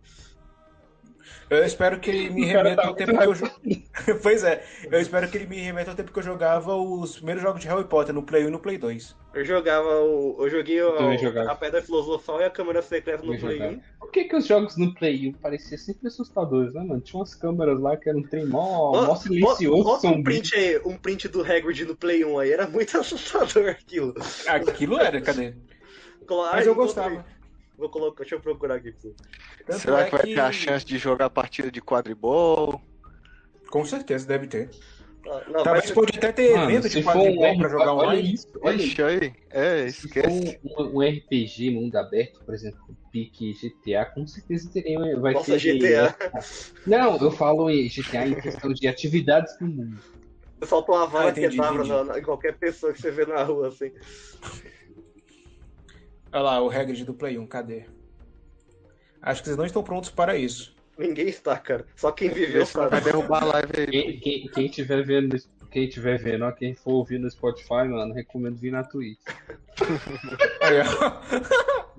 Speaker 2: Eu espero que ele me
Speaker 4: O cara
Speaker 2: remeta
Speaker 4: tá
Speaker 2: ao tempo que eu jo- Pois é, eu espero que ele me remeta ao tempo que eu jogava os primeiros jogos de Harry Potter no Play 1 e no Play 2.
Speaker 3: Eu jogava o eu joguei o-
Speaker 4: também jogava.
Speaker 3: a Pedra Filosofal e a Câmara Secreta no
Speaker 4: Eu
Speaker 3: Play
Speaker 4: jogava.
Speaker 3: 1.
Speaker 4: Por que, que os jogos no Play 1 pareciam sempre assustadores, né, mano? Tinha umas câmeras lá que eram um trem mó,
Speaker 3: Ó,
Speaker 4: mó
Speaker 3: bota-
Speaker 4: silencioso,
Speaker 3: bota um
Speaker 4: sombrio.
Speaker 3: print aí, um print do Hagrid no Play 1 aí, era muito assustador aquilo.
Speaker 2: Aquilo era, cadê? Mas
Speaker 3: Claro,
Speaker 2: eu gostava.
Speaker 3: Vou colocar, deixa eu procurar aqui. pra você.
Speaker 2: Tanto
Speaker 5: será
Speaker 2: é
Speaker 5: que vai ter a chance de jogar a partida de quadribol?
Speaker 2: Com certeza deve ter.
Speaker 3: Ah, Não,
Speaker 2: Talvez
Speaker 3: mas-
Speaker 2: pode até ter
Speaker 4: Mano,
Speaker 2: evento
Speaker 4: se
Speaker 2: de
Speaker 4: for um
Speaker 2: quadribol pra
Speaker 4: RPG
Speaker 2: jogar
Speaker 4: olha
Speaker 2: online.
Speaker 4: isso, olha isso.
Speaker 5: Ixi, aí. É,
Speaker 4: Se
Speaker 5: esquece.
Speaker 4: for um, um RPG mundo aberto, por exemplo, pique GTA, com certeza teria, um, vai
Speaker 3: Nossa,
Speaker 4: ter...
Speaker 3: GTA.
Speaker 4: Não, eu falo em GTA em questão de atividades pro mundo.
Speaker 3: Solta uma vara
Speaker 2: Ah, entendi,
Speaker 3: quebrava
Speaker 2: entendi.
Speaker 3: na- na- em qualquer pessoa que você vê na rua, assim.
Speaker 2: Olha lá, o Hagrid do Play 1, cadê? Acho que vocês não estão prontos para isso.
Speaker 3: Ninguém está, cara. Só quem viveu
Speaker 5: Vê se não
Speaker 3: sabe.
Speaker 5: vai derrubar a live aí.
Speaker 4: Quem, quem, quem tiver vendo, quem tiver vendo, ó, quem for ouvir no Spotify, mano, recomendo vir na Twitch.
Speaker 2: Aí, ó.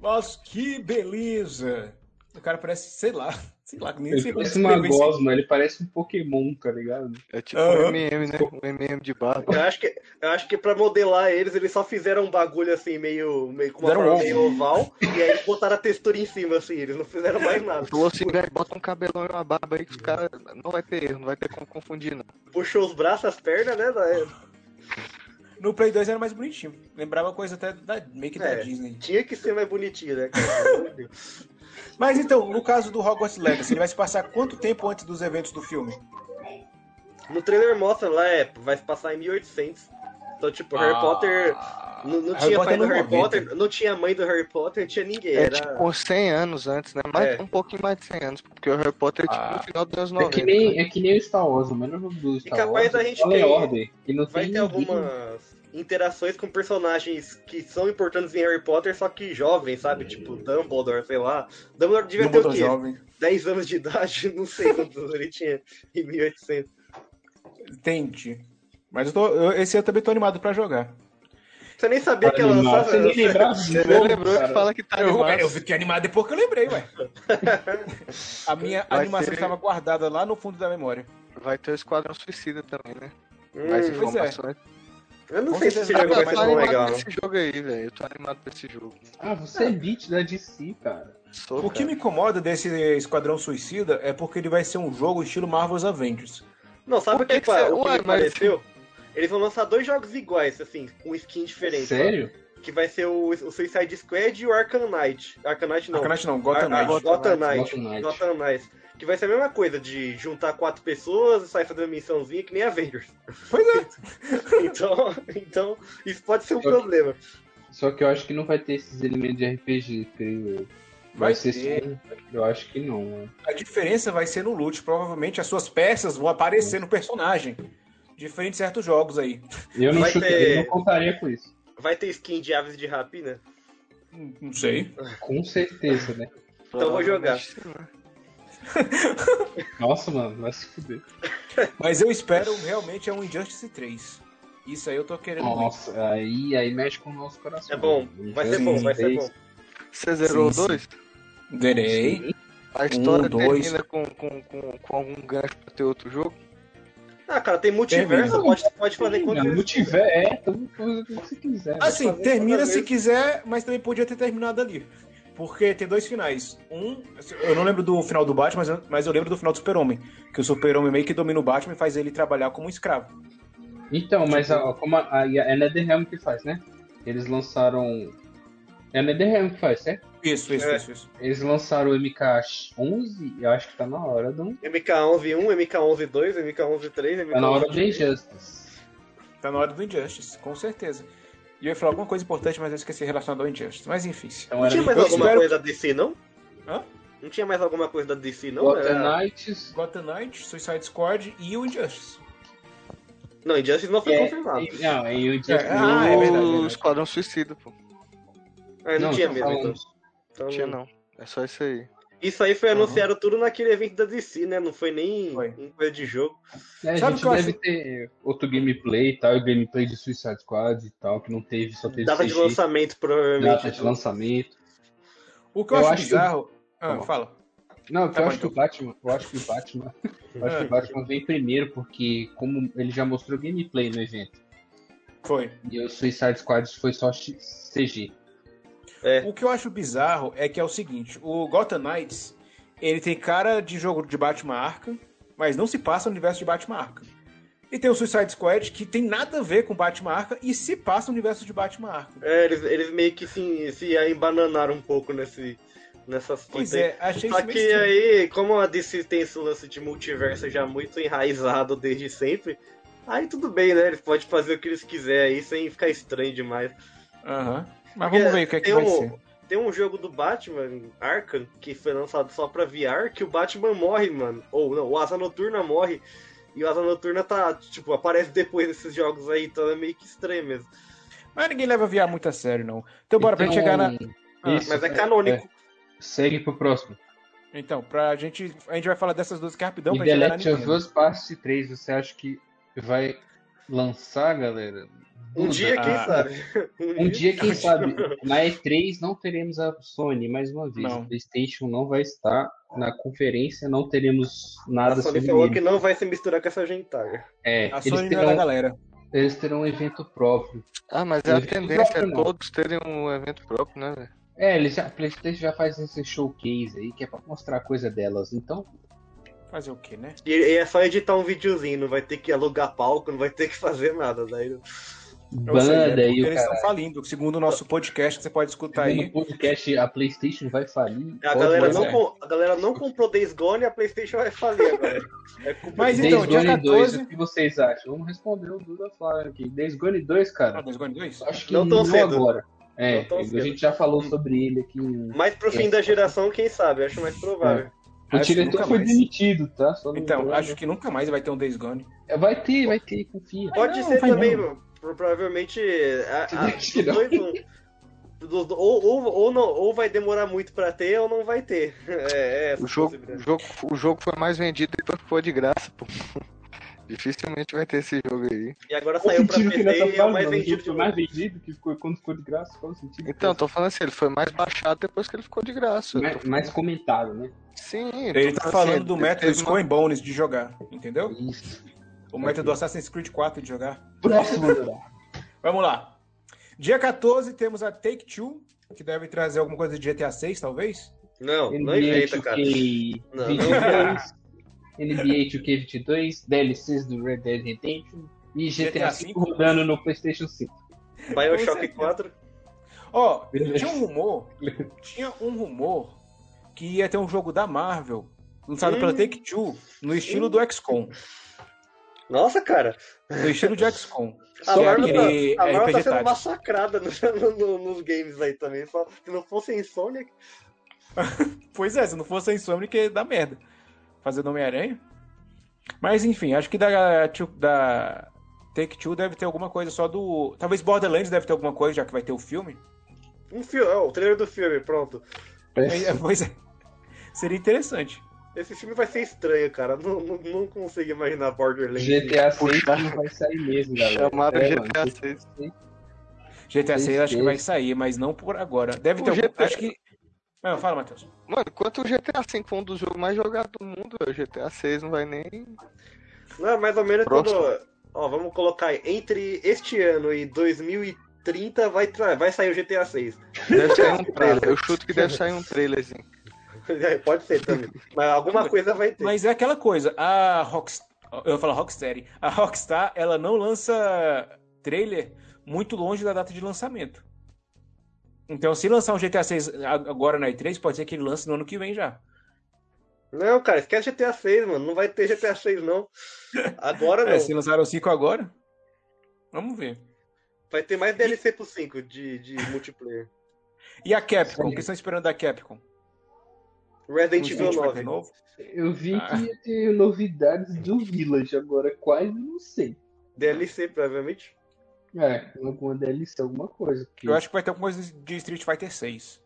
Speaker 2: Mas que beleza! O cara parece, sei lá, sei lá, nem sei
Speaker 4: Ele
Speaker 2: como
Speaker 4: parece uma
Speaker 2: descrever isso.
Speaker 4: gosma, ele parece um Pokémon, tá ligado?
Speaker 5: É tipo
Speaker 2: Aham.
Speaker 5: um MM, né? Um MM de barba.
Speaker 3: Eu acho, que, eu acho que pra modelar eles, eles só fizeram um bagulho assim, meio, meio com uma
Speaker 2: Fizeram
Speaker 3: forma
Speaker 2: ovo.
Speaker 3: meio oval, e aí eles botaram a textura em cima, assim, eles não fizeram mais nada.
Speaker 5: Falou assim, velho, bota um cabelão e uma barba aí que os caras não vai ter erro, não vai ter como confundir, não.
Speaker 3: Puxou os braços, as pernas, né? da-
Speaker 2: No Play 2 era mais bonitinho. Lembrava coisa até da, meio que da
Speaker 3: É.
Speaker 2: Disney.
Speaker 3: Tinha que ser mais bonitinho, né, cara?
Speaker 2: Mas então, no caso do Hogwarts Legacy, ele vai se passar quanto tempo antes dos eventos do filme?
Speaker 3: No trailer mostra lá, é, vai se passar em 1800. Então, tipo, Harry Potter... Não, não
Speaker 2: Harry
Speaker 3: tinha
Speaker 2: Potter
Speaker 3: pai do
Speaker 2: é
Speaker 3: Harry
Speaker 2: 90.
Speaker 3: Potter, não tinha mãe do Harry Potter, não tinha ninguém.
Speaker 5: É
Speaker 3: Era...
Speaker 5: tipo uns 100 anos antes, né? Mais,
Speaker 3: É.
Speaker 5: Um pouquinho mais de 100 anos, porque o Harry Potter é tipo
Speaker 2: Ah.
Speaker 5: no final dos anos
Speaker 4: É
Speaker 5: 90.
Speaker 4: que, nem,
Speaker 5: né?
Speaker 4: é que nem o Star Wars, é o melhor jogo do Star
Speaker 3: capaz
Speaker 4: Wars.
Speaker 3: da gente
Speaker 4: Fallen
Speaker 3: ter-
Speaker 4: Order, que não
Speaker 3: Vai
Speaker 4: tem
Speaker 3: ter
Speaker 4: ninguém.
Speaker 3: algumas interações com personagens que são importantes em Harry Potter, só que jovens, sabe? Tipo Dumbledore, sei lá. Dumbledore devia ter o
Speaker 2: Dumbledore
Speaker 3: quê?
Speaker 2: jovem.
Speaker 3: 10 anos de idade? Não sei quantos ele tinha em 1800.
Speaker 2: Entendi. Mas eu tô, eu- esse eu também tô animado pra jogar.
Speaker 3: Você nem sabia que ela
Speaker 4: Animado, Você nem lembrava do
Speaker 5: Você nem
Speaker 4: jogo,
Speaker 5: lembrou
Speaker 4: cara.
Speaker 5: que fala que tá
Speaker 2: Eu,
Speaker 5: animado.
Speaker 2: eu fiquei animado depois que eu lembrei, ué. A minha
Speaker 5: Vai
Speaker 2: animação
Speaker 5: ser-
Speaker 2: estava guardada lá no fundo da memória.
Speaker 5: Vai ter o Esquadrão Suicida também, né?
Speaker 3: Hum,
Speaker 5: Mais
Speaker 2: pois é.
Speaker 5: informações.
Speaker 3: eu não
Speaker 2: Com
Speaker 3: sei se esse
Speaker 2: certeza.
Speaker 3: jogo
Speaker 5: Ah,
Speaker 3: vai
Speaker 5: eu
Speaker 3: ser
Speaker 5: tô
Speaker 3: tão
Speaker 5: animado
Speaker 3: legal.
Speaker 5: pra esse jogo aí, velho. Eu tô animado pra esse jogo.
Speaker 4: Ah, você é beat da DC, cara.
Speaker 5: Sou,
Speaker 2: O que me incomoda desse Esquadrão Suicida é porque ele vai ser um jogo estilo Marvel's Avengers.
Speaker 3: Não, sabe o
Speaker 5: Por que
Speaker 3: que,
Speaker 5: que
Speaker 3: pa-
Speaker 5: você-
Speaker 3: o que
Speaker 5: Ué,
Speaker 3: me
Speaker 5: mas-
Speaker 3: pareceu? Eles vão lançar dois jogos iguais, assim, com skin diferente.
Speaker 4: Sério?
Speaker 3: Que vai ser o, o Suicide Squad e o Arkham Knight. Arkham Knight não.
Speaker 2: Arcanite não,
Speaker 3: Ar-
Speaker 2: Gotham
Speaker 3: Ar-
Speaker 2: Knight.
Speaker 3: Gotham
Speaker 4: Knight.
Speaker 3: Knight. Gotham Knight. Que vai ser a mesma coisa, de juntar quatro pessoas e sair fazendo uma missãozinha que nem Avengers.
Speaker 2: Pois é.
Speaker 3: Então, então isso pode ser um
Speaker 4: Ok.
Speaker 3: problema.
Speaker 4: Só que eu acho que não vai ter esses elementos de RPG, creio eu. Vai,
Speaker 2: Vai
Speaker 4: ser
Speaker 2: ter.
Speaker 4: só- um. Eu acho que não. né?
Speaker 2: A diferença vai ser no loot. Provavelmente as suas peças vão aparecer no personagem. Diferente de certos jogos aí.
Speaker 4: Eu não,
Speaker 3: Vai
Speaker 4: chutei,
Speaker 3: ter-
Speaker 4: eu não contaria com isso.
Speaker 3: Vai ter skin de aves de rapina?
Speaker 2: Hum, Não sei.
Speaker 4: Com certeza, né?
Speaker 3: Então eu vou jogar.
Speaker 4: Nossa, mano, vai se fuder.
Speaker 2: Mas eu espero realmente é um Injustice 3. Isso aí eu tô querendo muito.
Speaker 4: Nossa, aí, aí mexe com o nosso coração.
Speaker 3: É bom, vai ser bom, vai ser bom.
Speaker 5: Você zerou o
Speaker 2: Sim, sim.
Speaker 5: dois?
Speaker 2: Verei.
Speaker 5: A história
Speaker 2: dois.
Speaker 5: termina com, com, com, com algum gancho pra ter outro jogo?
Speaker 3: Ah, cara, tem multiverso,
Speaker 4: Termina.
Speaker 3: pode, pode fazer
Speaker 4: Fazer
Speaker 3: quando
Speaker 4: não tiver, é, então faz o que você
Speaker 3: É,
Speaker 4: quiser.
Speaker 2: Assim,
Speaker 3: fazer
Speaker 2: termina
Speaker 3: toda
Speaker 2: se
Speaker 3: vez.
Speaker 2: quiser, mas também podia ter terminado ali. Porque tem dois finais. Um, eu não lembro do final do Batman, mas eu, mas eu lembro do final do Super-Homem. Que o Super-Homem meio que domina o Batman e faz ele trabalhar como um escravo.
Speaker 4: Então, mas a, como a, a, a NetherRealm que faz, né? Eles lançaram. É a NetherRealm que faz, certo?
Speaker 2: Isso, isso,
Speaker 3: É.
Speaker 2: isso, isso.
Speaker 4: Eles lançaram o MK11 e eu acho que tá na hora do.
Speaker 3: MK11 1, MK11 2, MK11 3, MK11
Speaker 4: Tá na hora do Injustice.
Speaker 2: Tá na hora do Injustice, com certeza. E eu ia falar alguma coisa importante, mas eu esqueci relacionado ao Injustice. Mas enfim.
Speaker 4: Então
Speaker 3: Não
Speaker 4: era
Speaker 3: tinha mais
Speaker 2: Eu
Speaker 3: alguma
Speaker 2: espero-
Speaker 3: coisa da DC, não?
Speaker 2: Hã?
Speaker 3: Não tinha mais alguma coisa da DC, não? É.
Speaker 4: Gotham
Speaker 3: Era-
Speaker 4: Knights.
Speaker 2: Gotham Knight, Suicide Squad e o Injustice.
Speaker 3: Não, Injustice não foi
Speaker 4: É,
Speaker 3: confirmado.
Speaker 4: e- Não, e o Injustice.
Speaker 2: Ah, é verdade, é
Speaker 5: o
Speaker 2: verdade.
Speaker 5: Esquadrão Suicida, pô.
Speaker 3: Ah, não, tinha
Speaker 4: tô
Speaker 3: mesmo,
Speaker 4: tá falando.
Speaker 3: então. Então,
Speaker 5: Tinha não. É só isso aí.
Speaker 3: Isso aí foi
Speaker 2: Aham.
Speaker 3: anunciado tudo naquele evento da DC, né? Não foi nem
Speaker 2: Uhum. Foi.
Speaker 3: em coisa de jogo.
Speaker 4: É, a
Speaker 2: Sabe
Speaker 4: gente
Speaker 2: o que eu
Speaker 4: deve ter outro gameplay e tal, e gameplay de Suicide Squad e tal, que não teve, só teve
Speaker 3: Data de
Speaker 4: CG,
Speaker 3: lançamento, né? provavelmente.
Speaker 4: data de lançamento.
Speaker 2: O que eu,
Speaker 4: Eu
Speaker 2: acho,
Speaker 4: acho que- Tá
Speaker 2: bizarro. Ah,
Speaker 4: bom.
Speaker 2: fala.
Speaker 4: Não, que
Speaker 2: Tá
Speaker 4: eu
Speaker 2: bom,
Speaker 4: acho que o Batman, eu acho que o Batman, eu acho que
Speaker 2: É.
Speaker 4: o Batman vem primeiro, porque como ele já mostrou gameplay no evento,
Speaker 2: Foi.
Speaker 4: e o Suicide Squad foi só X- CG.
Speaker 2: O que eu acho bizarro é que é o seguinte: o Gotham Knights ele tem cara de jogo de Batman Arkham, mas não se passa no universo de Batman Arkham. E tem o Suicide Squad que tem nada a ver com Batman Arkham e se passa no universo de Batman Arkham.
Speaker 3: É, eles, eles meio que se, se embananaram um pouco nesse, nessas
Speaker 2: Pois
Speaker 3: coisas. aí.
Speaker 2: é, achei
Speaker 3: Só
Speaker 2: isso
Speaker 3: que
Speaker 2: meio
Speaker 3: aí, como a DC tem esse lance de multiverso já muito enraizado desde sempre, aí tudo bem, né? Eles podem fazer o que eles quiserem aí sem ficar estranho demais.
Speaker 2: Aham. Mas
Speaker 3: Porque
Speaker 2: vamos ver o que é que
Speaker 3: tem
Speaker 2: vai
Speaker 3: um-
Speaker 2: ser.
Speaker 3: Tem um jogo do Batman, Arkham, que foi lançado só pra VR, que o Batman morre, mano. Ou não, o Asa Noturna morre. E o Asa Noturna tá, tipo, aparece depois desses jogos aí, então é meio que estranho mesmo.
Speaker 2: Mas ninguém leva VR muito a sério, não. Então bora pra gente chegar na. Ah,
Speaker 4: Isso,
Speaker 3: Mas é canônico.
Speaker 4: Segue pro próximo.
Speaker 2: Então, pra gente. A gente vai falar dessas duas aqui rapidão
Speaker 4: e
Speaker 2: pra
Speaker 4: The
Speaker 2: gente chegar na
Speaker 4: Last of
Speaker 2: Nintendo.
Speaker 4: Us Parte 3, você acha que vai lançar, galera?
Speaker 3: Um
Speaker 4: Duda.
Speaker 3: dia, né? quem
Speaker 2: Ah.
Speaker 3: sabe?
Speaker 4: Hum, Um dia, quem sabe, na E3 não teremos a Sony mais uma vez.
Speaker 2: Não.
Speaker 4: O PlayStation não vai estar na conferência, não teremos nada
Speaker 3: A Sony
Speaker 4: sobre
Speaker 3: falou
Speaker 4: ele.
Speaker 3: que não vai se misturar com essa gentalha.
Speaker 4: É,
Speaker 2: A
Speaker 4: eles,
Speaker 2: Sony não é da
Speaker 4: terão,
Speaker 2: galera.
Speaker 4: eles terão um evento próprio.
Speaker 5: Ah, mas é a
Speaker 4: Evento
Speaker 5: tendência
Speaker 4: próprio,
Speaker 5: é
Speaker 4: não.
Speaker 5: todos terem um evento próprio, né, velho?
Speaker 4: É, eles já, a PlayStation já faz esse showcase aí, que é pra mostrar coisa delas. Então,
Speaker 2: Fazer o quê, né?
Speaker 3: E, e é só editar um videozinho, não vai ter que alugar palco, não vai ter que fazer nada. Daí
Speaker 2: Ou seja,
Speaker 4: banda aí, o
Speaker 2: né, Eles
Speaker 4: cara.
Speaker 2: estão falindo, segundo o nosso podcast que você pode escutar
Speaker 4: No
Speaker 2: aí.
Speaker 4: podcast, a PlayStation vai falir.
Speaker 3: a
Speaker 4: pode
Speaker 3: galera,
Speaker 4: mandar.
Speaker 3: não, com- a galera não comprou Days Gone e a Playstation vai falir agora. É culpa
Speaker 2: Mas
Speaker 3: deles.
Speaker 4: Days
Speaker 2: então, dia
Speaker 4: Gone 2,
Speaker 2: 14.
Speaker 4: o que vocês acham? Vamos responder o Duda Flávio aqui. Days Gone 2,
Speaker 2: Ah,
Speaker 4: cara.
Speaker 2: 2002?
Speaker 4: Acho que
Speaker 3: Não tão
Speaker 4: não,
Speaker 3: cedo.
Speaker 4: agora. É,
Speaker 3: Não tão
Speaker 4: a
Speaker 3: cedo.
Speaker 4: gente já falou sobre ele aqui em
Speaker 3: Mas pro fim da geração, quem sabe? Acho mais provável.
Speaker 4: O
Speaker 2: Acho que
Speaker 4: diretor
Speaker 2: nunca
Speaker 4: foi
Speaker 2: mais.
Speaker 4: demitido, tá? Só não
Speaker 2: Então,
Speaker 4: lembro.
Speaker 2: acho
Speaker 3: né?
Speaker 2: que nunca mais vai ter um Days Gone.
Speaker 4: É, Vai ter, vai ter, confia.
Speaker 3: Pode
Speaker 4: Não,
Speaker 3: ser
Speaker 4: vai
Speaker 3: também,
Speaker 4: não.
Speaker 3: pro- provavelmente. A, a,
Speaker 4: Acho que
Speaker 3: dos dois, um- dos- ou, ou, ou, não, ou vai demorar muito pra ter, ou não vai ter. É, é essa
Speaker 5: O jogo, o,
Speaker 3: possibilidade.
Speaker 5: jogo, o jogo foi mais vendido depois que foi de graça, pô. Dificilmente vai ter esse jogo aí.
Speaker 3: E agora
Speaker 4: Qual
Speaker 3: saiu pra
Speaker 4: sentido que nós
Speaker 3: PC e é o
Speaker 4: estamos falando,
Speaker 3: mais
Speaker 4: mano? O jogo
Speaker 3: vendido de
Speaker 4: foi mais vendido que ficou quando ficou de graça? Qual o sentido?
Speaker 5: Então, tô falando assim, ele foi mais baixado depois que ele ficou de graça. Eu
Speaker 4: mais,
Speaker 5: tô-
Speaker 4: mais comentado, né?
Speaker 5: Sim,
Speaker 3: Então,
Speaker 2: Ele
Speaker 5: tô
Speaker 2: tá falando
Speaker 5: assim,
Speaker 2: do
Speaker 5: ele
Speaker 2: método
Speaker 5: teve uma-
Speaker 2: Skull and Bones de jogar, entendeu?
Speaker 4: Isso.
Speaker 2: O método do Assassin's Creed 4 de jogar.
Speaker 4: Próximo, Duda.
Speaker 2: Vamos lá. Dia 14 temos a Take-Two, que deve trazer alguma coisa de GTA 6, talvez.
Speaker 3: Não, não
Speaker 4: NBA
Speaker 3: inventa, cara.
Speaker 4: 2K22,
Speaker 3: Não, não.
Speaker 4: NBA 2K22, DLCs do Red Dead Redemption, E
Speaker 2: GTA
Speaker 4: GTA V
Speaker 2: V?
Speaker 4: rodando no PlayStation 5.
Speaker 3: Bioshock 4?
Speaker 2: Ó,
Speaker 4: Beleza.
Speaker 2: tinha um rumor. Tinha um rumor que ia ter um jogo da Marvel, lançado
Speaker 3: Hum.
Speaker 2: pela Take Two, no estilo do XCOM.
Speaker 3: Nossa, cara.
Speaker 2: No estilo de XCOM.
Speaker 3: A
Speaker 2: Que é
Speaker 3: Marvel,
Speaker 2: aquele
Speaker 3: tá, a Marvel tá
Speaker 2: RPG
Speaker 3: sendo
Speaker 2: tático.
Speaker 3: massacrada no- no- no- nos games aí também. Só, se não fosse Insomniac.
Speaker 2: Pois é, se não fosse a Insomniac, ia dar merda. Fazendo Homem-Aranha. Mas enfim, acho que da, da Take Two deve ter alguma coisa só do. Talvez Borderlands deve ter alguma coisa, já que vai ter o filme.
Speaker 3: Um filme, ó, o trailer do filme, pronto.
Speaker 2: Mas, é, Pois é. Seria interessante.
Speaker 3: Esse filme vai ser estranho, cara. Não, não, não consigo imaginar Borderlands.
Speaker 4: GTA VI
Speaker 5: Puxa.
Speaker 4: não vai sair mesmo, galera.
Speaker 5: Chamaram
Speaker 4: É, mano,
Speaker 5: GTA 6.
Speaker 2: GTA 6 acho que
Speaker 4: Tristeza.
Speaker 2: vai sair, mas não por agora. Deve
Speaker 5: O
Speaker 2: ter algum...
Speaker 5: GTA
Speaker 2: Acho que. Não, fala, Matheus.
Speaker 5: Mano, quanto o GTA V foi um dos jogos mais jogados do mundo, o GTA 6 não vai nem.
Speaker 3: Não, é mais ou menos
Speaker 5: Próximo.
Speaker 3: todo. Ó, vamos colocar aí, entre este ano e 2030 vai, tra- vai sair o GTA 6.
Speaker 5: Deve
Speaker 3: É
Speaker 5: sair um trailer. Eu chuto que deve sair um trailerzinho.
Speaker 3: É, Pode ser também. Mas alguma coisa vai ter.
Speaker 2: Mas é aquela coisa, a Rockstar. Eu ia falar Rockstar. A Rockstar, ela não lança trailer muito longe da data de lançamento. Então, se lançar um GTA 6 agora na E3, pode ser que ele lance no ano que vem já.
Speaker 3: Não, cara, esquece GTA 6, mano. Não vai ter GTA 6, não. Agora não.
Speaker 2: É, se lançaram o 5 agora, vamos ver.
Speaker 3: Vai ter mais DLC pro 5 de, de multiplayer.
Speaker 2: E a Capcom? O que estão esperando da Capcom?
Speaker 3: Resident Evil
Speaker 2: Infinity vai ter
Speaker 3: 9.
Speaker 2: novo?
Speaker 4: Eu vi
Speaker 2: Ah.
Speaker 4: que ia ter novidades do Village agora, quase não sei.
Speaker 3: DLC, provavelmente.
Speaker 4: É, alguma DLC, alguma coisa. porque-
Speaker 2: Eu acho que vai ter alguma coisa de Street Fighter 6.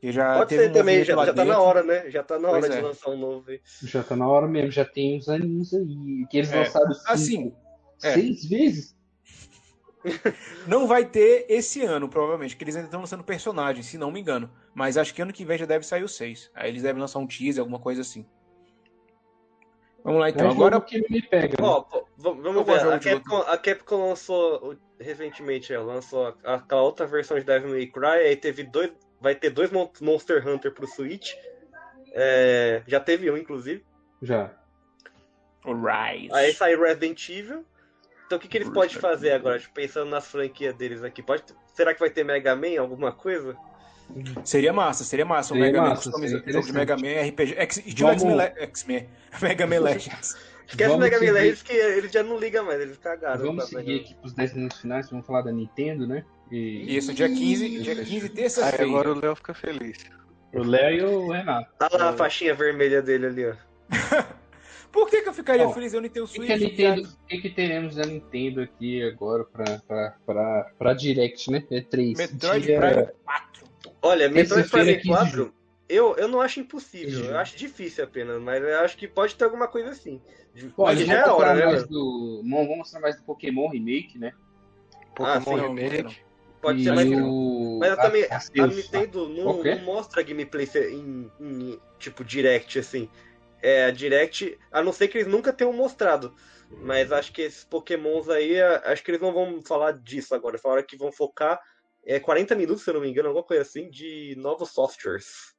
Speaker 2: Que já
Speaker 3: Pode
Speaker 2: teve
Speaker 3: ser
Speaker 2: um
Speaker 3: também,
Speaker 2: movimento
Speaker 3: já,
Speaker 2: lá
Speaker 3: já tá na
Speaker 2: dentro.
Speaker 3: hora, né? Já tá na hora
Speaker 2: Pois
Speaker 3: de
Speaker 2: é.
Speaker 3: lançar um novo. aí.
Speaker 4: Já tá na hora mesmo, já tem uns aninhos aí. Que eles
Speaker 2: É,
Speaker 4: lançaram cinco,
Speaker 2: assim, é.
Speaker 4: seis vezes.
Speaker 2: Não vai ter esse ano, provavelmente, que eles ainda estão lançando personagens, se não me engano. Mas acho que ano que vem já deve sair o 6. Aí eles devem lançar um teaser, alguma coisa assim. Vamos lá então.
Speaker 4: é um
Speaker 2: Agora
Speaker 4: jogo que me pega. né?
Speaker 3: Ó, pô, v-
Speaker 2: Eu
Speaker 3: vamos
Speaker 2: gosto
Speaker 3: ver.
Speaker 2: de
Speaker 3: A
Speaker 2: jogo de
Speaker 3: Capcom, a Capcom lançou o- recentemente, ela lançou a- aquela outra versão de Devil May Cry, aí teve dois, vai ter dois Mon- Monster Hunter pro Switch. É, já teve um, inclusive.
Speaker 4: Já.
Speaker 2: o Rise.
Speaker 3: Aí sai Resident Evil. Então o que, que eles podem fazer agora? Tipo, pensando nas franquias deles aqui, pode, será que vai ter Mega Man, alguma coisa?
Speaker 2: Seria massa, seria massa. Um
Speaker 4: Seria
Speaker 2: Mega Man
Speaker 4: massa, seria
Speaker 2: customizado. Jogo de Mega Man, RPG. X, estilo
Speaker 4: Vamos-
Speaker 2: X-Men. Le- X-Men. Mega Man Legends.
Speaker 3: Esquece o
Speaker 4: Vamos
Speaker 3: Mega Man
Speaker 4: seguir.
Speaker 3: Legends que eles já não ligam mais, eles cagaram.
Speaker 4: Vamos
Speaker 2: tá
Speaker 3: pra
Speaker 4: seguir aqui pros 10 minutos finais, vamos falar da Nintendo, né? E
Speaker 2: Isso, dia 15, dia 15 terça-feira.
Speaker 5: Aí agora o Léo fica feliz.
Speaker 4: o Léo e o Renato.
Speaker 3: Olha Tá lá a faixinha vermelha dele ali, ó.
Speaker 2: Por que, que eu ficaria
Speaker 4: Bom,
Speaker 2: feliz eu não tenho
Speaker 4: O que,
Speaker 2: Switch?
Speaker 4: que, a Nintendo, o que, que teremos da Nintendo aqui agora pra, pra, pra, pra Direct, né? É 3.
Speaker 2: Metroid Prime 4.
Speaker 3: Olha, Metroid
Speaker 4: Terça-feira,
Speaker 3: Prime
Speaker 4: 15 de
Speaker 3: 4,
Speaker 4: junho.
Speaker 3: eu, eu não acho impossível,
Speaker 4: Sim.
Speaker 3: eu acho difícil apenas, mas eu acho que pode ter alguma coisa assim.
Speaker 4: Olha,
Speaker 3: Mas
Speaker 4: vamos,
Speaker 3: já é hora,
Speaker 4: mostrar
Speaker 3: né?
Speaker 4: mais
Speaker 3: mano?
Speaker 4: do, vamos mostrar mais do Pokémon Remake, né?
Speaker 3: Ah,
Speaker 5: Pokémon
Speaker 2: sim, não,
Speaker 5: Remake.
Speaker 3: Pode
Speaker 4: e
Speaker 3: ser, mas,
Speaker 4: o...
Speaker 3: mas eu também-
Speaker 4: a-
Speaker 3: a
Speaker 4: Arceus.
Speaker 3: Nintendo não,
Speaker 4: Ok.
Speaker 3: não mostra gameplay se- em, em, tipo direct, assim. É, a direct, a não ser que eles nunca tenham mostrado. Mas acho que esses pokémons aí, a- acho que eles não vão falar disso agora. Falaram que vão focar é, 40 minutos, se eu não me engano, alguma coisa assim, de novos softwares.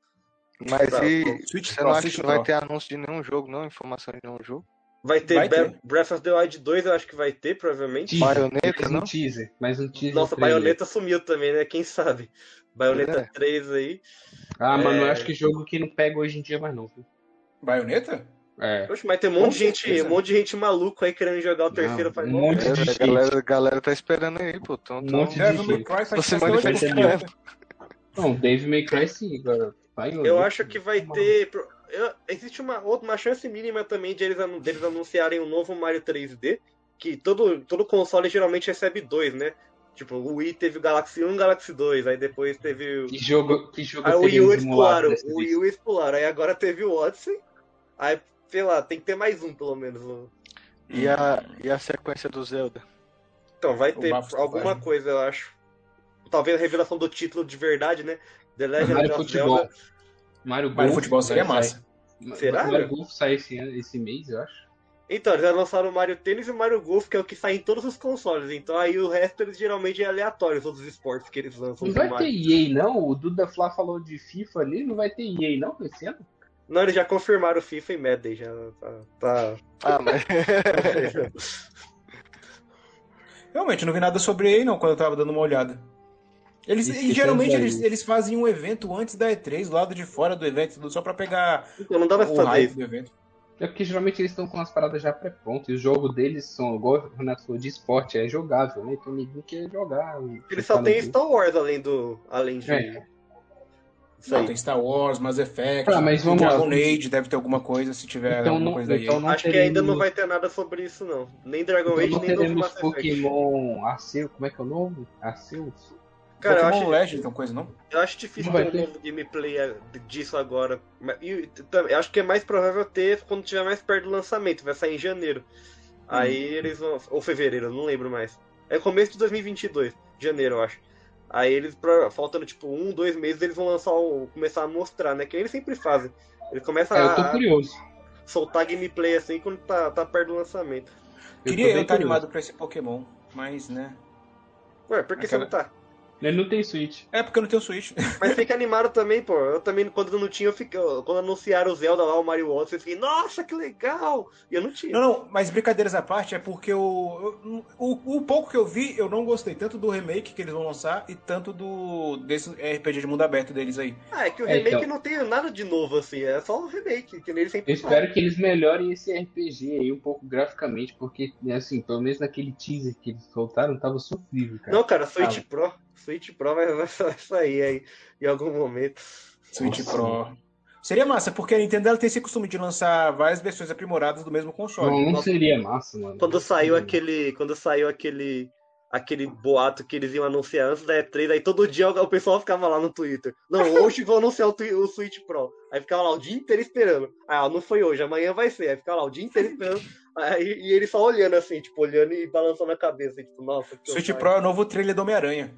Speaker 5: Mas
Speaker 3: Pra-
Speaker 5: e.
Speaker 2: Switch
Speaker 5: Você não
Speaker 2: Pro,
Speaker 5: acha
Speaker 2: Switch
Speaker 5: que não vai
Speaker 2: Pro.
Speaker 5: ter anúncio de nenhum jogo, não? Informação de nenhum jogo?
Speaker 3: Vai ter,
Speaker 2: Vai ter.
Speaker 3: Bre- Breath of the Wild 2, eu acho que vai ter, provavelmente.
Speaker 4: Teaser,
Speaker 5: Baioneta,
Speaker 4: mais
Speaker 5: não?
Speaker 4: um teaser, mais um teaser.
Speaker 3: Nossa,
Speaker 4: trailer.
Speaker 3: Baioneta sumiu também, né? Quem sabe? Baioneta
Speaker 5: É.
Speaker 3: 3 aí.
Speaker 4: Ah, mano, eu
Speaker 3: É.
Speaker 4: acho que jogo que não pega hoje em dia mais não. viu?
Speaker 2: Baioneta?
Speaker 4: É.
Speaker 3: Poxa, mas tem um monte, de gente,
Speaker 2: certeza.
Speaker 3: um monte de gente maluco aí querendo jogar o terceiro
Speaker 4: Não,
Speaker 3: faz
Speaker 4: um
Speaker 3: mal.
Speaker 4: monte
Speaker 5: É,
Speaker 4: de
Speaker 5: velho, a
Speaker 4: gente.
Speaker 5: galera, a galera tá esperando aí, pô. Então,
Speaker 4: Um
Speaker 5: então-
Speaker 4: monte de
Speaker 2: Devil May
Speaker 4: jeito.
Speaker 2: Cry faz
Speaker 5: Você
Speaker 2: festa hoje
Speaker 5: manifesta
Speaker 2: no
Speaker 4: mesmo.
Speaker 2: Baioneta.
Speaker 4: Não, Dave May Cry sim, agora. Baioneta.
Speaker 3: Eu acho que vai ter. pro- eu- existe uma, outra- uma chance mínima também de eles, anu- deles anunciarem um novo Mario 3D, que todo, todo console geralmente recebe dois, né? Tipo, o Wii teve o Galaxy 1 Galaxy 2, aí depois teve o.
Speaker 4: Que jogo, que jogo
Speaker 3: Aí Ah, o Wii
Speaker 4: seria
Speaker 3: U eles
Speaker 4: emulado
Speaker 3: pularam,
Speaker 4: dessa
Speaker 3: o
Speaker 4: vez?
Speaker 3: Wii U eles pularam, aí agora teve o Odyssey, aí, sei lá, tem que ter mais um pelo menos. um-
Speaker 5: E a, e a sequência do Zelda?
Speaker 3: Então, vai
Speaker 2: O
Speaker 3: ter
Speaker 2: Bafo
Speaker 3: alguma
Speaker 2: Selvagem.
Speaker 3: coisa, eu acho. Talvez a revelação do título de verdade, né? The Legend
Speaker 4: Mario
Speaker 3: of
Speaker 4: Futebol.
Speaker 3: Zelda.
Speaker 4: Mario
Speaker 2: Mario
Speaker 4: Golf
Speaker 2: Futebol seria
Speaker 4: vai
Speaker 2: massa.
Speaker 4: sair.
Speaker 3: Será?
Speaker 4: Mario Golf sai esse, ano- esse mês, eu acho.
Speaker 3: Então, eles já lançaram o Mario Tênis e o Mario Golf, que é o que sai em todos os consoles. Então, aí o resto eles geralmente é aleatório, os outros esportes que eles lançam.
Speaker 4: Não
Speaker 3: do
Speaker 4: vai ter
Speaker 3: Mario.
Speaker 4: EA, não? O Duda Flá falou de FIFA ali, não vai ter EA, não, esse ano?
Speaker 3: Não, eles já confirmaram o FIFA e Madden, já tá... tá-
Speaker 5: Ah, mas.
Speaker 2: Realmente, não vi nada sobre ele não quando eu tava dando uma olhada. Eles,
Speaker 4: Isso
Speaker 2: e
Speaker 4: que
Speaker 2: geralmente
Speaker 4: tem
Speaker 2: eles,
Speaker 4: aí.
Speaker 2: eles fazem um evento antes da E3, do lado de fora do evento, tudo só pra pegar
Speaker 3: Então não dá pra
Speaker 2: o
Speaker 3: fazer
Speaker 2: hype
Speaker 3: isso.
Speaker 2: do evento.
Speaker 4: É porque geralmente eles estão com as paradas já pré-prontas. E o jogo deles são, igual o Renato falou, de esporte, é jogável, né? Então ninguém quer jogar.
Speaker 3: Ele
Speaker 2: tá
Speaker 3: só tem
Speaker 4: isso.
Speaker 3: Star Wars além do. Além de.
Speaker 4: É.
Speaker 3: Isso
Speaker 2: Não,
Speaker 3: aí.
Speaker 2: Ah, tem Star Wars, Mass Effect,
Speaker 4: Ah, mas vamos lá.
Speaker 2: Dragon Age, deve ter alguma coisa, se tiver
Speaker 4: Então
Speaker 2: alguma
Speaker 4: não,
Speaker 2: É, coisa aí.
Speaker 4: então não
Speaker 3: Acho que ainda não vai ter nada sobre isso, não. Nem Dragon
Speaker 4: Então
Speaker 3: Age,
Speaker 4: não
Speaker 3: nem novo
Speaker 4: teremos
Speaker 3: Mass Effect.
Speaker 4: Pokémon Arceus, como é que é o nome? Arceus?
Speaker 3: Cara, eu
Speaker 2: Pokémon
Speaker 3: acho,
Speaker 2: Legends, então coisa não?
Speaker 3: eu acho difícil
Speaker 4: Não vai
Speaker 3: ter um
Speaker 4: ter?
Speaker 3: novo gameplay disso agora. Mas- E também, acho que é mais provável ter quando tiver mais perto do lançamento. Vai sair em janeiro.
Speaker 4: Uhum.
Speaker 3: Aí eles vão. Ou fevereiro, eu não lembro mais. É começo de 2022, janeiro, eu acho. Aí eles, pra- faltando tipo um, dois meses, eles vão lançar o. começar a mostrar, né? Que eles sempre fazem. Eles começam
Speaker 4: É, eu tô
Speaker 3: a
Speaker 4: curioso.
Speaker 3: soltar gameplay assim quando tá, tá perto do lançamento.
Speaker 4: Eu
Speaker 2: Queria
Speaker 4: tô
Speaker 2: eu
Speaker 4: bem
Speaker 2: estar
Speaker 4: curioso.
Speaker 2: animado pra esse Pokémon, mas né.
Speaker 3: Ué, por que
Speaker 2: Aquela-
Speaker 3: você não tá?
Speaker 4: Ele Né, não tem Switch.
Speaker 2: É porque eu não tenho Switch.
Speaker 3: Mas fica animado também, pô. Eu também, quando eu não tinha, eu fiquei, eu- quando anunciaram o Zelda lá, o Mario Odyssey, eu fiquei, nossa, que legal! E eu não tinha.
Speaker 2: Não, não, mas brincadeiras à parte, é porque eu, eu- o, o pouco que eu vi, eu não gostei tanto do remake que eles vão lançar e tanto do desse RPG de mundo aberto deles aí.
Speaker 3: Ah, é que o
Speaker 4: É,
Speaker 3: remake
Speaker 4: então.
Speaker 3: não tem nada de novo, assim. É só um remake, que nele sempre
Speaker 4: Eu espero que eles melhorem esse RPG aí um pouco graficamente, porque, né, assim, pelo menos naquele teaser que eles soltaram, tava sofrível, cara.
Speaker 3: Não, cara, Switch Pro. Switch Pro vai, vai sa- sair aí em algum momento.
Speaker 2: Switch
Speaker 4: Nossa.
Speaker 2: Pro. Seria massa, porque a Nintendo ela tem esse costume de lançar várias versões aprimoradas do mesmo console.
Speaker 4: Não, não seria massa, mano.
Speaker 3: Quando saiu
Speaker 4: aquele
Speaker 3: aquele. Quando saiu aquele. Aquele boato que eles iam anunciar antes da E3, aí todo dia o pessoal ficava lá no Twitter. Não, hoje vão anunciar o, Twi- o Switch Pro. Aí ficava lá o dia inteiro esperando. Ah, não foi hoje, amanhã vai ser. Aí ficava lá o dia inteiro esperando. Aí, e ele só olhando assim, tipo, olhando e balançando a cabeça. assim, Tipo, nossa. que
Speaker 2: Switch
Speaker 3: otário.
Speaker 2: Pro é o novo trailer do Homem-Aranha.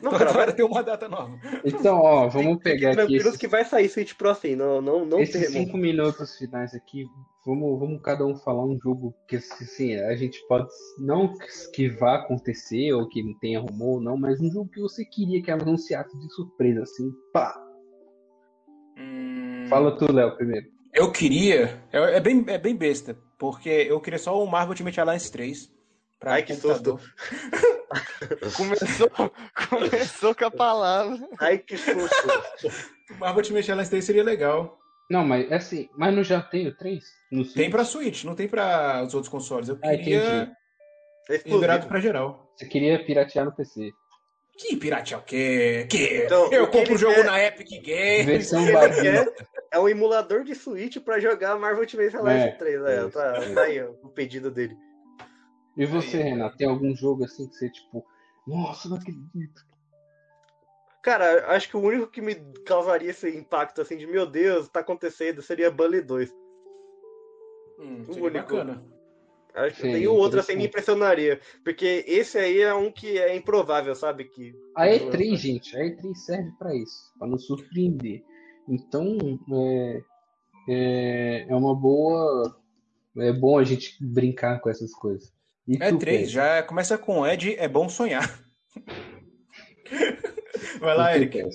Speaker 3: Não, cara, vai,
Speaker 2: Agora tem uma data nova.
Speaker 4: Então, ó, vamos
Speaker 3: fiquem
Speaker 4: pegar aqui
Speaker 3: tranquilos
Speaker 4: esses,
Speaker 3: que vai sair Switch Pro assim. Não, não, não
Speaker 4: esses
Speaker 3: tem
Speaker 4: cinco minutos finais aqui. Vamos, vamos cada um falar um jogo que, assim, a gente pode... Não que vá acontecer, ou que tenha rumor, não, mas um jogo que você queria que anunciasse de surpresa, assim, pá.
Speaker 2: Hum,
Speaker 4: Fala tu, Léo, primeiro.
Speaker 2: Eu queria. É, é bem, é bem besta, porque eu queria só o Marvel Ultimate Alliance 3. Pra
Speaker 3: Ai, que
Speaker 2: computador.
Speaker 5: Começou, começou com a palavra.
Speaker 3: Ai, que susto.
Speaker 2: Marvel Ultimate Alliance 3 seria legal.
Speaker 4: Não, mas assim, mas não já tem o 3? No
Speaker 2: Tem
Speaker 4: Switch?
Speaker 2: pra Switch, não tem pra os outros consoles. Eu
Speaker 4: Ah,
Speaker 2: queria
Speaker 4: entendi.
Speaker 3: É
Speaker 2: liberado
Speaker 3: exclusivo.
Speaker 2: pra geral.
Speaker 4: Você queria piratear no PC.
Speaker 2: Que piratear o quê? Que?
Speaker 3: Então, o
Speaker 2: eu
Speaker 3: que
Speaker 2: compro
Speaker 3: ele
Speaker 2: o jogo
Speaker 3: quer-
Speaker 2: na Epic Games.
Speaker 4: Versão
Speaker 3: Ele
Speaker 4: barata.
Speaker 3: quer- É um emulador de Switch pra jogar Marvel Ultimate Alliance
Speaker 4: É,
Speaker 3: 3. Aí, ó,
Speaker 4: isso,
Speaker 3: tá,
Speaker 4: é.
Speaker 3: tá aí ó, o pedido dele.
Speaker 4: E você, Renato, tem algum jogo assim que você, tipo, nossa, não acredito.
Speaker 3: Cara, acho que o único que me causaria esse impacto assim de meu Deus, tá acontecendo, seria Bully 2.
Speaker 2: Hum,
Speaker 3: O
Speaker 2: seria
Speaker 3: único.
Speaker 2: bacana.
Speaker 3: Acho que
Speaker 4: Sim,
Speaker 3: nenhum outro assim
Speaker 4: interessante.
Speaker 3: me impressionaria. Porque esse aí é um que é improvável, sabe? Que
Speaker 4: A E3, gente, a E3 serve pra isso, pra nos surpreender. Então, é, é, é uma boa. É bom a gente brincar com essas coisas. E
Speaker 2: É
Speaker 4: tu,
Speaker 2: 3,
Speaker 4: Pedro?
Speaker 2: já começa com Ed, é bom sonhar. Vai lá,
Speaker 4: E
Speaker 2: Eric.
Speaker 4: tu, Pedro?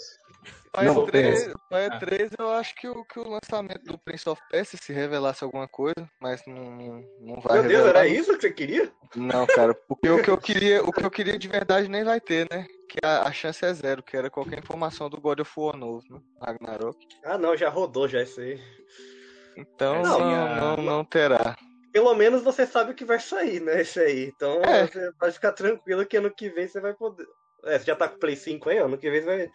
Speaker 5: Pra
Speaker 4: Não,
Speaker 5: E3, pra
Speaker 2: Ah.
Speaker 5: E3 é eu acho que o, que o lançamento do Prince of Persia se revelasse alguma coisa, mas não, não, não
Speaker 4: Tá
Speaker 5: vai
Speaker 3: Meu Deus,
Speaker 5: revelar.
Speaker 3: era isso que você queria?
Speaker 5: Não, cara, porque o que eu queria, o que eu queria de verdade nem vai ter, né? Que a, a chance é zero, que era qualquer informação do God of War novo, né? Ragnarok.
Speaker 3: Ah não, já rodou já esse aí.
Speaker 5: Então
Speaker 2: É,
Speaker 5: não,
Speaker 2: sim,
Speaker 5: não,
Speaker 2: a-
Speaker 5: não, terá.
Speaker 3: Pelo menos você sabe o que vai sair, né? Esse aí. Então
Speaker 5: É.
Speaker 3: você pode ficar tranquilo que ano que vem você vai poder. É, você já tá com o Play 5 aí, ó, ano que vem você vai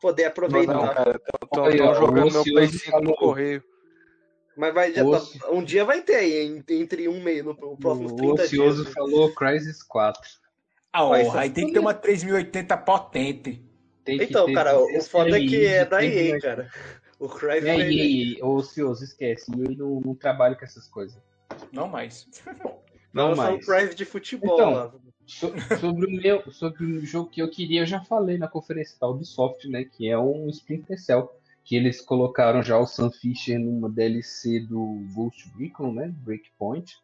Speaker 3: poder
Speaker 5: Não,
Speaker 3: aproveitar.
Speaker 5: não, cara, estão
Speaker 4: Aí, ó,
Speaker 5: Então, jogando
Speaker 4: o
Speaker 5: meu
Speaker 4: Lucio
Speaker 5: Play
Speaker 4: hoje
Speaker 5: 5 no
Speaker 4: falou.
Speaker 5: correio.
Speaker 3: Mas vai, já tá-
Speaker 4: Osso.
Speaker 3: um dia vai ter aí, hein, entre um mês, no, no próximos
Speaker 4: O
Speaker 3: 30
Speaker 4: ocioso
Speaker 3: dias.
Speaker 4: falou Crysis 4.
Speaker 2: Ah,
Speaker 3: Vai,
Speaker 2: honra, aí tem que ter uma 3080 potente.
Speaker 4: Tem que
Speaker 3: Então,
Speaker 4: ter
Speaker 3: cara, o
Speaker 4: 16
Speaker 3: foda é que é
Speaker 4: releases,
Speaker 3: da
Speaker 4: tem que-
Speaker 3: EA, cara. O Crysis
Speaker 4: É
Speaker 3: é da EA.
Speaker 4: EA, ô ocioso, esquece. EA não, não trabalha com essas coisas.
Speaker 2: Não mais.
Speaker 4: Não
Speaker 3: Lançou um
Speaker 4: mais.
Speaker 3: Crysis de futebol
Speaker 4: Então.
Speaker 3: lá.
Speaker 4: So- sobre o meu, sobre o jogo que eu queria, eu já falei na conferência da Ubisoft, né, que é um Splinter Cell, que eles colocaram já o Sam Fisher numa DLC do Ghost Recon, né, Breakpoint.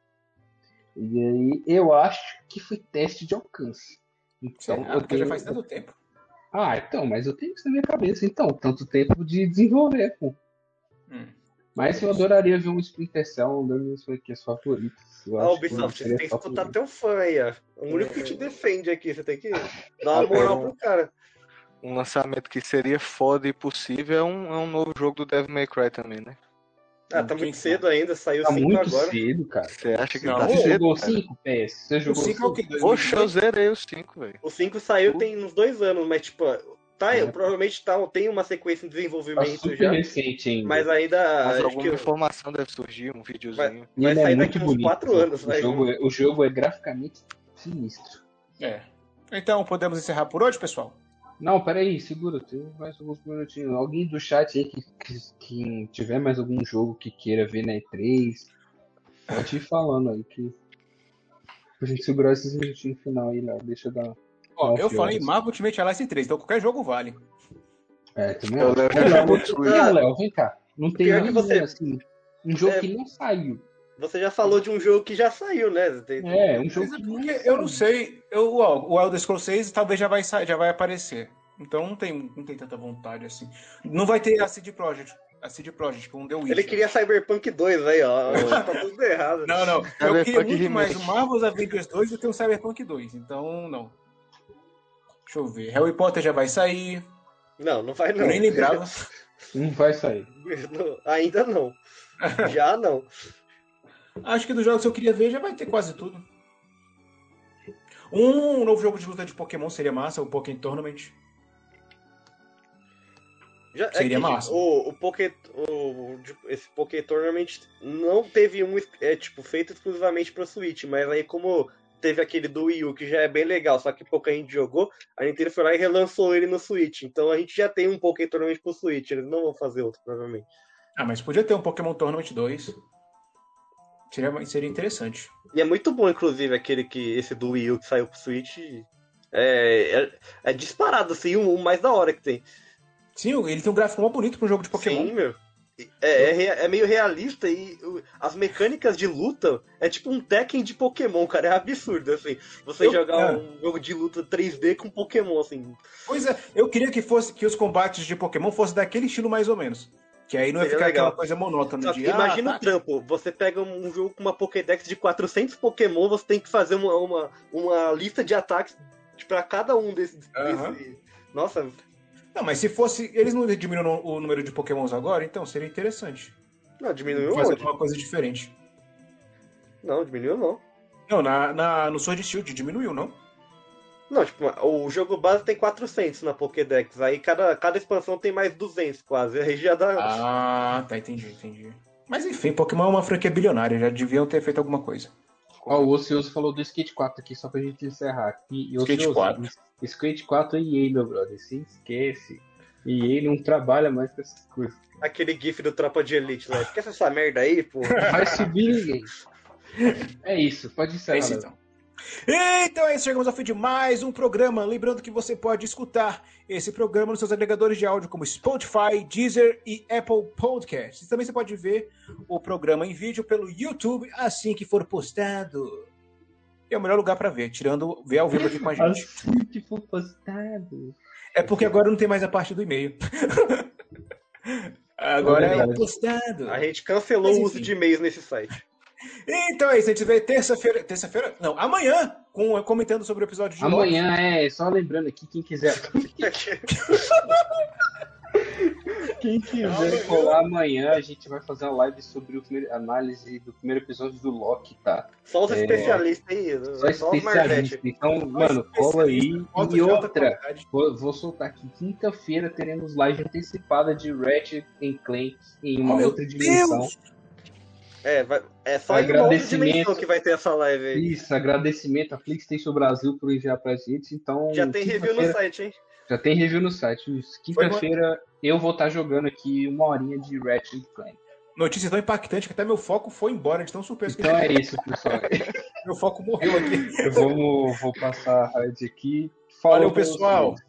Speaker 4: E aí eu acho que foi teste de alcance. Então,
Speaker 2: Será?
Speaker 4: eu
Speaker 2: Porque já
Speaker 4: tenho-
Speaker 2: faz tanto tempo.
Speaker 4: Ah, então, mas eu tenho isso na minha cabeça, então, tanto tempo de desenvolver, pô.
Speaker 2: Hum.
Speaker 4: Mas eu adoraria ver um Splinter Cell, uma das minhas franquias favoritas. é Eu
Speaker 3: Ó,
Speaker 4: acho que é eu
Speaker 3: Ubisoft, você
Speaker 4: seria
Speaker 3: tem que escutar
Speaker 4: favorito.
Speaker 3: teu fã aí, ó. O único que te
Speaker 2: É.
Speaker 3: defende aqui, você tem que dar
Speaker 4: Tá
Speaker 3: uma moral pro cara.
Speaker 5: Um lançamento que seria foda e possível é um, é um novo jogo do Devil May Cry também, né?
Speaker 3: Ah, tá
Speaker 2: Quem
Speaker 3: muito
Speaker 2: sabe?
Speaker 3: cedo ainda, saiu
Speaker 4: Tá
Speaker 3: 5
Speaker 4: muito
Speaker 3: agora.
Speaker 4: cedo, cara.
Speaker 5: Você acha que
Speaker 2: Não,
Speaker 5: tá
Speaker 2: ô,
Speaker 4: Você
Speaker 5: cedo?
Speaker 4: jogou
Speaker 5: cara?
Speaker 4: 5 PS? Você
Speaker 2: O
Speaker 4: jogou
Speaker 2: 5 é o quê?
Speaker 4: 5?
Speaker 5: Poxa, eu zerei os 5, velho.
Speaker 3: O 5 saiu tem uns dois anos, mas tipo, tá,
Speaker 4: É.
Speaker 3: provavelmente tá, tem uma sequência em
Speaker 4: Tá
Speaker 3: desenvolvimento
Speaker 4: super
Speaker 3: já,
Speaker 4: recente ainda.
Speaker 3: mas ainda
Speaker 5: Mas
Speaker 3: acho
Speaker 5: alguma
Speaker 3: É, que eu-
Speaker 5: informação deve surgir, um videozinho.
Speaker 4: E
Speaker 3: vai
Speaker 4: ele é
Speaker 3: sair
Speaker 4: muito
Speaker 3: daqui uns
Speaker 4: bonito.
Speaker 3: quatro
Speaker 4: né?
Speaker 3: anos,
Speaker 4: o,
Speaker 3: vai.
Speaker 4: jogo é, o jogo é graficamente sinistro.
Speaker 2: É. Então, podemos encerrar por hoje, pessoal?
Speaker 4: Não, peraí, segura, tem mais alguns minutinhos. Alguém do chat aí que, que, que tiver mais algum jogo que queira ver na E3, pode ir falando aí que. Pra gente segurar esses minutinhos no final aí, Léo. Deixa eu dar.
Speaker 2: Ó,
Speaker 4: Nossa,
Speaker 2: eu falei
Speaker 4: horas.
Speaker 2: Marvel Ultimate Alliance 3, então qualquer jogo vale.
Speaker 4: É, também.
Speaker 5: Eu
Speaker 4: acho.
Speaker 5: levo
Speaker 4: Ô,
Speaker 5: já
Speaker 4: Léo,
Speaker 5: jogou Switch.
Speaker 4: Não, Léo, vem cá. Não tem
Speaker 3: Pior é que
Speaker 4: nenhum,
Speaker 3: você-
Speaker 4: assim, um jogo
Speaker 3: É.
Speaker 4: que não saiu.
Speaker 3: Você já falou de um jogo que já saiu, né? Tem-
Speaker 4: É, um jogo
Speaker 2: Mas é
Speaker 4: que
Speaker 2: porque
Speaker 4: não
Speaker 2: eu não sei. Eu, ó, o Elder Scrolls 6 talvez já vai, sa- já vai aparecer. Então não tem, não tem tanta vontade assim. Não vai ter a CD Projekt. A CD Projekt com The Witcher.
Speaker 3: Ele queria Cyberpunk 2 aí, ó. tá tudo errado.
Speaker 2: Não, não. Eu
Speaker 5: Cyberpunk
Speaker 2: queria muito
Speaker 5: Remake.
Speaker 2: mais o Marvel's Avengers 2 do que o Cyberpunk 2. Então, não. Deixa eu ver. Harry Potter já vai sair.
Speaker 3: Não, não vai não.
Speaker 2: Eu nem lembrava.
Speaker 4: não vai sair.
Speaker 3: Não, Ainda não. Já não.
Speaker 2: Acho que dos jogos que eu queria ver já vai ter quase tudo. Um novo jogo de luta de Pokémon seria massa, o Pokémon Tournament.
Speaker 3: Já, é
Speaker 2: Seria
Speaker 3: que tipo,
Speaker 2: massa.
Speaker 3: O, o Poké- o- o- esse Poké Tournament não teve um é, tipo, feito exclusivamente pro Switch, mas aí como teve aquele do Wii U, que já é bem legal, só que pouca gente jogou, a Nintendo foi lá e relançou ele no Switch. Então a gente já tem um Poké Tournament pro Switch, eles não vão fazer outro, provavelmente.
Speaker 2: Ah, mas podia ter um Pokémon Tournament 2. Seria, seria interessante.
Speaker 3: E é muito bom, inclusive, aquele que esse do Wii U que saiu pro Switch. É, é, é disparado, assim, o o mais da hora que tem.
Speaker 2: Sim, ele tem um gráfico mó bonito pra um jogo de Pokémon.
Speaker 3: Sim, meu. É, é rea- é meio realista e o- as mecânicas de luta é tipo um Tekken de Pokémon, cara. É absurdo, assim. Você
Speaker 2: Eu-
Speaker 3: jogar
Speaker 2: é.
Speaker 3: um jogo de luta 3D com Pokémon, assim.
Speaker 2: Pois é, eu queria que fosse que os combates de Pokémon fossem daquele estilo mais ou menos. Que aí não ia
Speaker 3: Seria
Speaker 2: ficar
Speaker 3: legal.
Speaker 2: aquela coisa monótona
Speaker 3: Só
Speaker 2: de.
Speaker 3: que imagina
Speaker 2: ah,
Speaker 3: o trampo. Você pega um jogo com uma Pokédex de 400 Pokémon, você tem que fazer uma, uma, uma lista de ataques pra cada um desses.
Speaker 2: Aham.
Speaker 3: desse- Nossa,
Speaker 2: tá. Não, mas se fosse. Eles não diminuíram o número de Pokémons agora, então seria interessante.
Speaker 3: não, diminuiu
Speaker 2: fazer
Speaker 3: onde?
Speaker 2: alguma coisa diferente.
Speaker 3: Não, diminuiu um não.
Speaker 2: Não, na, na, no Sword Shield diminuiu, não?
Speaker 3: Não, tipo, o jogo base tem 400 na Pokédex, aí cada, cada expansão tem mais 200 quase, aí já dá...
Speaker 2: Ah, tá, entendi, entendi. Mas enfim, Pokémon é uma franquia bilionária, já deviam ter feito alguma coisa.
Speaker 4: Ó, o Ocioso falou do Skate 4 aqui, só pra gente encerrar aqui. E,
Speaker 2: Skate
Speaker 4: Ocioso,
Speaker 2: 4.
Speaker 4: Skate 4 é EA, meu brother. Se esquece. EA não trabalha mais com essas coisas.
Speaker 3: Aquele gif do Tropa de Elite lá. Esquece essa merda aí, pô.
Speaker 4: Não vai subir ninguém. É isso, pode
Speaker 2: É
Speaker 4: encerrar.
Speaker 2: isso
Speaker 4: Léo.
Speaker 2: então. Então é isso, chegamos ao fim de mais um programa. Lembrando que você pode escutar esse programa nos seus agregadores de áudio como Spotify, Deezer e Apple Podcasts. E também você pode ver o programa em vídeo pelo YouTube assim que for postado. É o melhor lugar pra ver, tirando ver ao vivo aqui com a gente.
Speaker 4: Assim que for postado.
Speaker 2: É porque agora não tem mais a parte do e-mail. agora
Speaker 4: É
Speaker 2: é
Speaker 4: verdade.
Speaker 2: postado.
Speaker 3: A gente cancelou
Speaker 2: Mas
Speaker 3: o
Speaker 2: enfim.
Speaker 3: uso de e-mails nesse site.
Speaker 2: Então é isso, a gente se vê terça-feira. Terça-feira? Não, amanhã, com, comentando sobre o episódio de Loki.
Speaker 4: Amanhã é, só lembrando aqui, quem quiser, quem quiser colar amanhã, a gente vai fazer uma live sobre o primeiro, análise do primeiro episódio do Loki, tá?
Speaker 3: Só os
Speaker 4: É.
Speaker 3: especialistas aí, só,
Speaker 4: Só
Speaker 3: os
Speaker 4: especialista.
Speaker 3: Marvete.
Speaker 4: Então, mano, cola aí. E outra, Vou, vou soltar aqui. Quinta-feira teremos live antecipada de Ratchet and Clank em uma
Speaker 2: Oh, meu
Speaker 4: outra dimensão.
Speaker 2: Deus!
Speaker 3: É, vai- é só em uma outra
Speaker 4: Agradecimento.
Speaker 3: dimensão que vai ter essa live aí.
Speaker 4: Isso, agradecimento à PlayStation Brasil por enviar pra gente. Então,
Speaker 3: Já tem review no
Speaker 4: quinta-feira-
Speaker 3: site, hein?
Speaker 4: Já tem review no site. Isso. Quinta-feira eu vou estar jogando aqui uma horinha de Ratchet and Clank.
Speaker 2: Notícia tão impactante que até meu foco foi embora de tão surpreso
Speaker 4: Então
Speaker 2: que
Speaker 4: é isso, pessoal.
Speaker 2: meu foco morreu aqui.
Speaker 4: Vamos, vou passar a rádio aqui. Falou,
Speaker 2: Valeu, pessoal.
Speaker 4: meus amigos.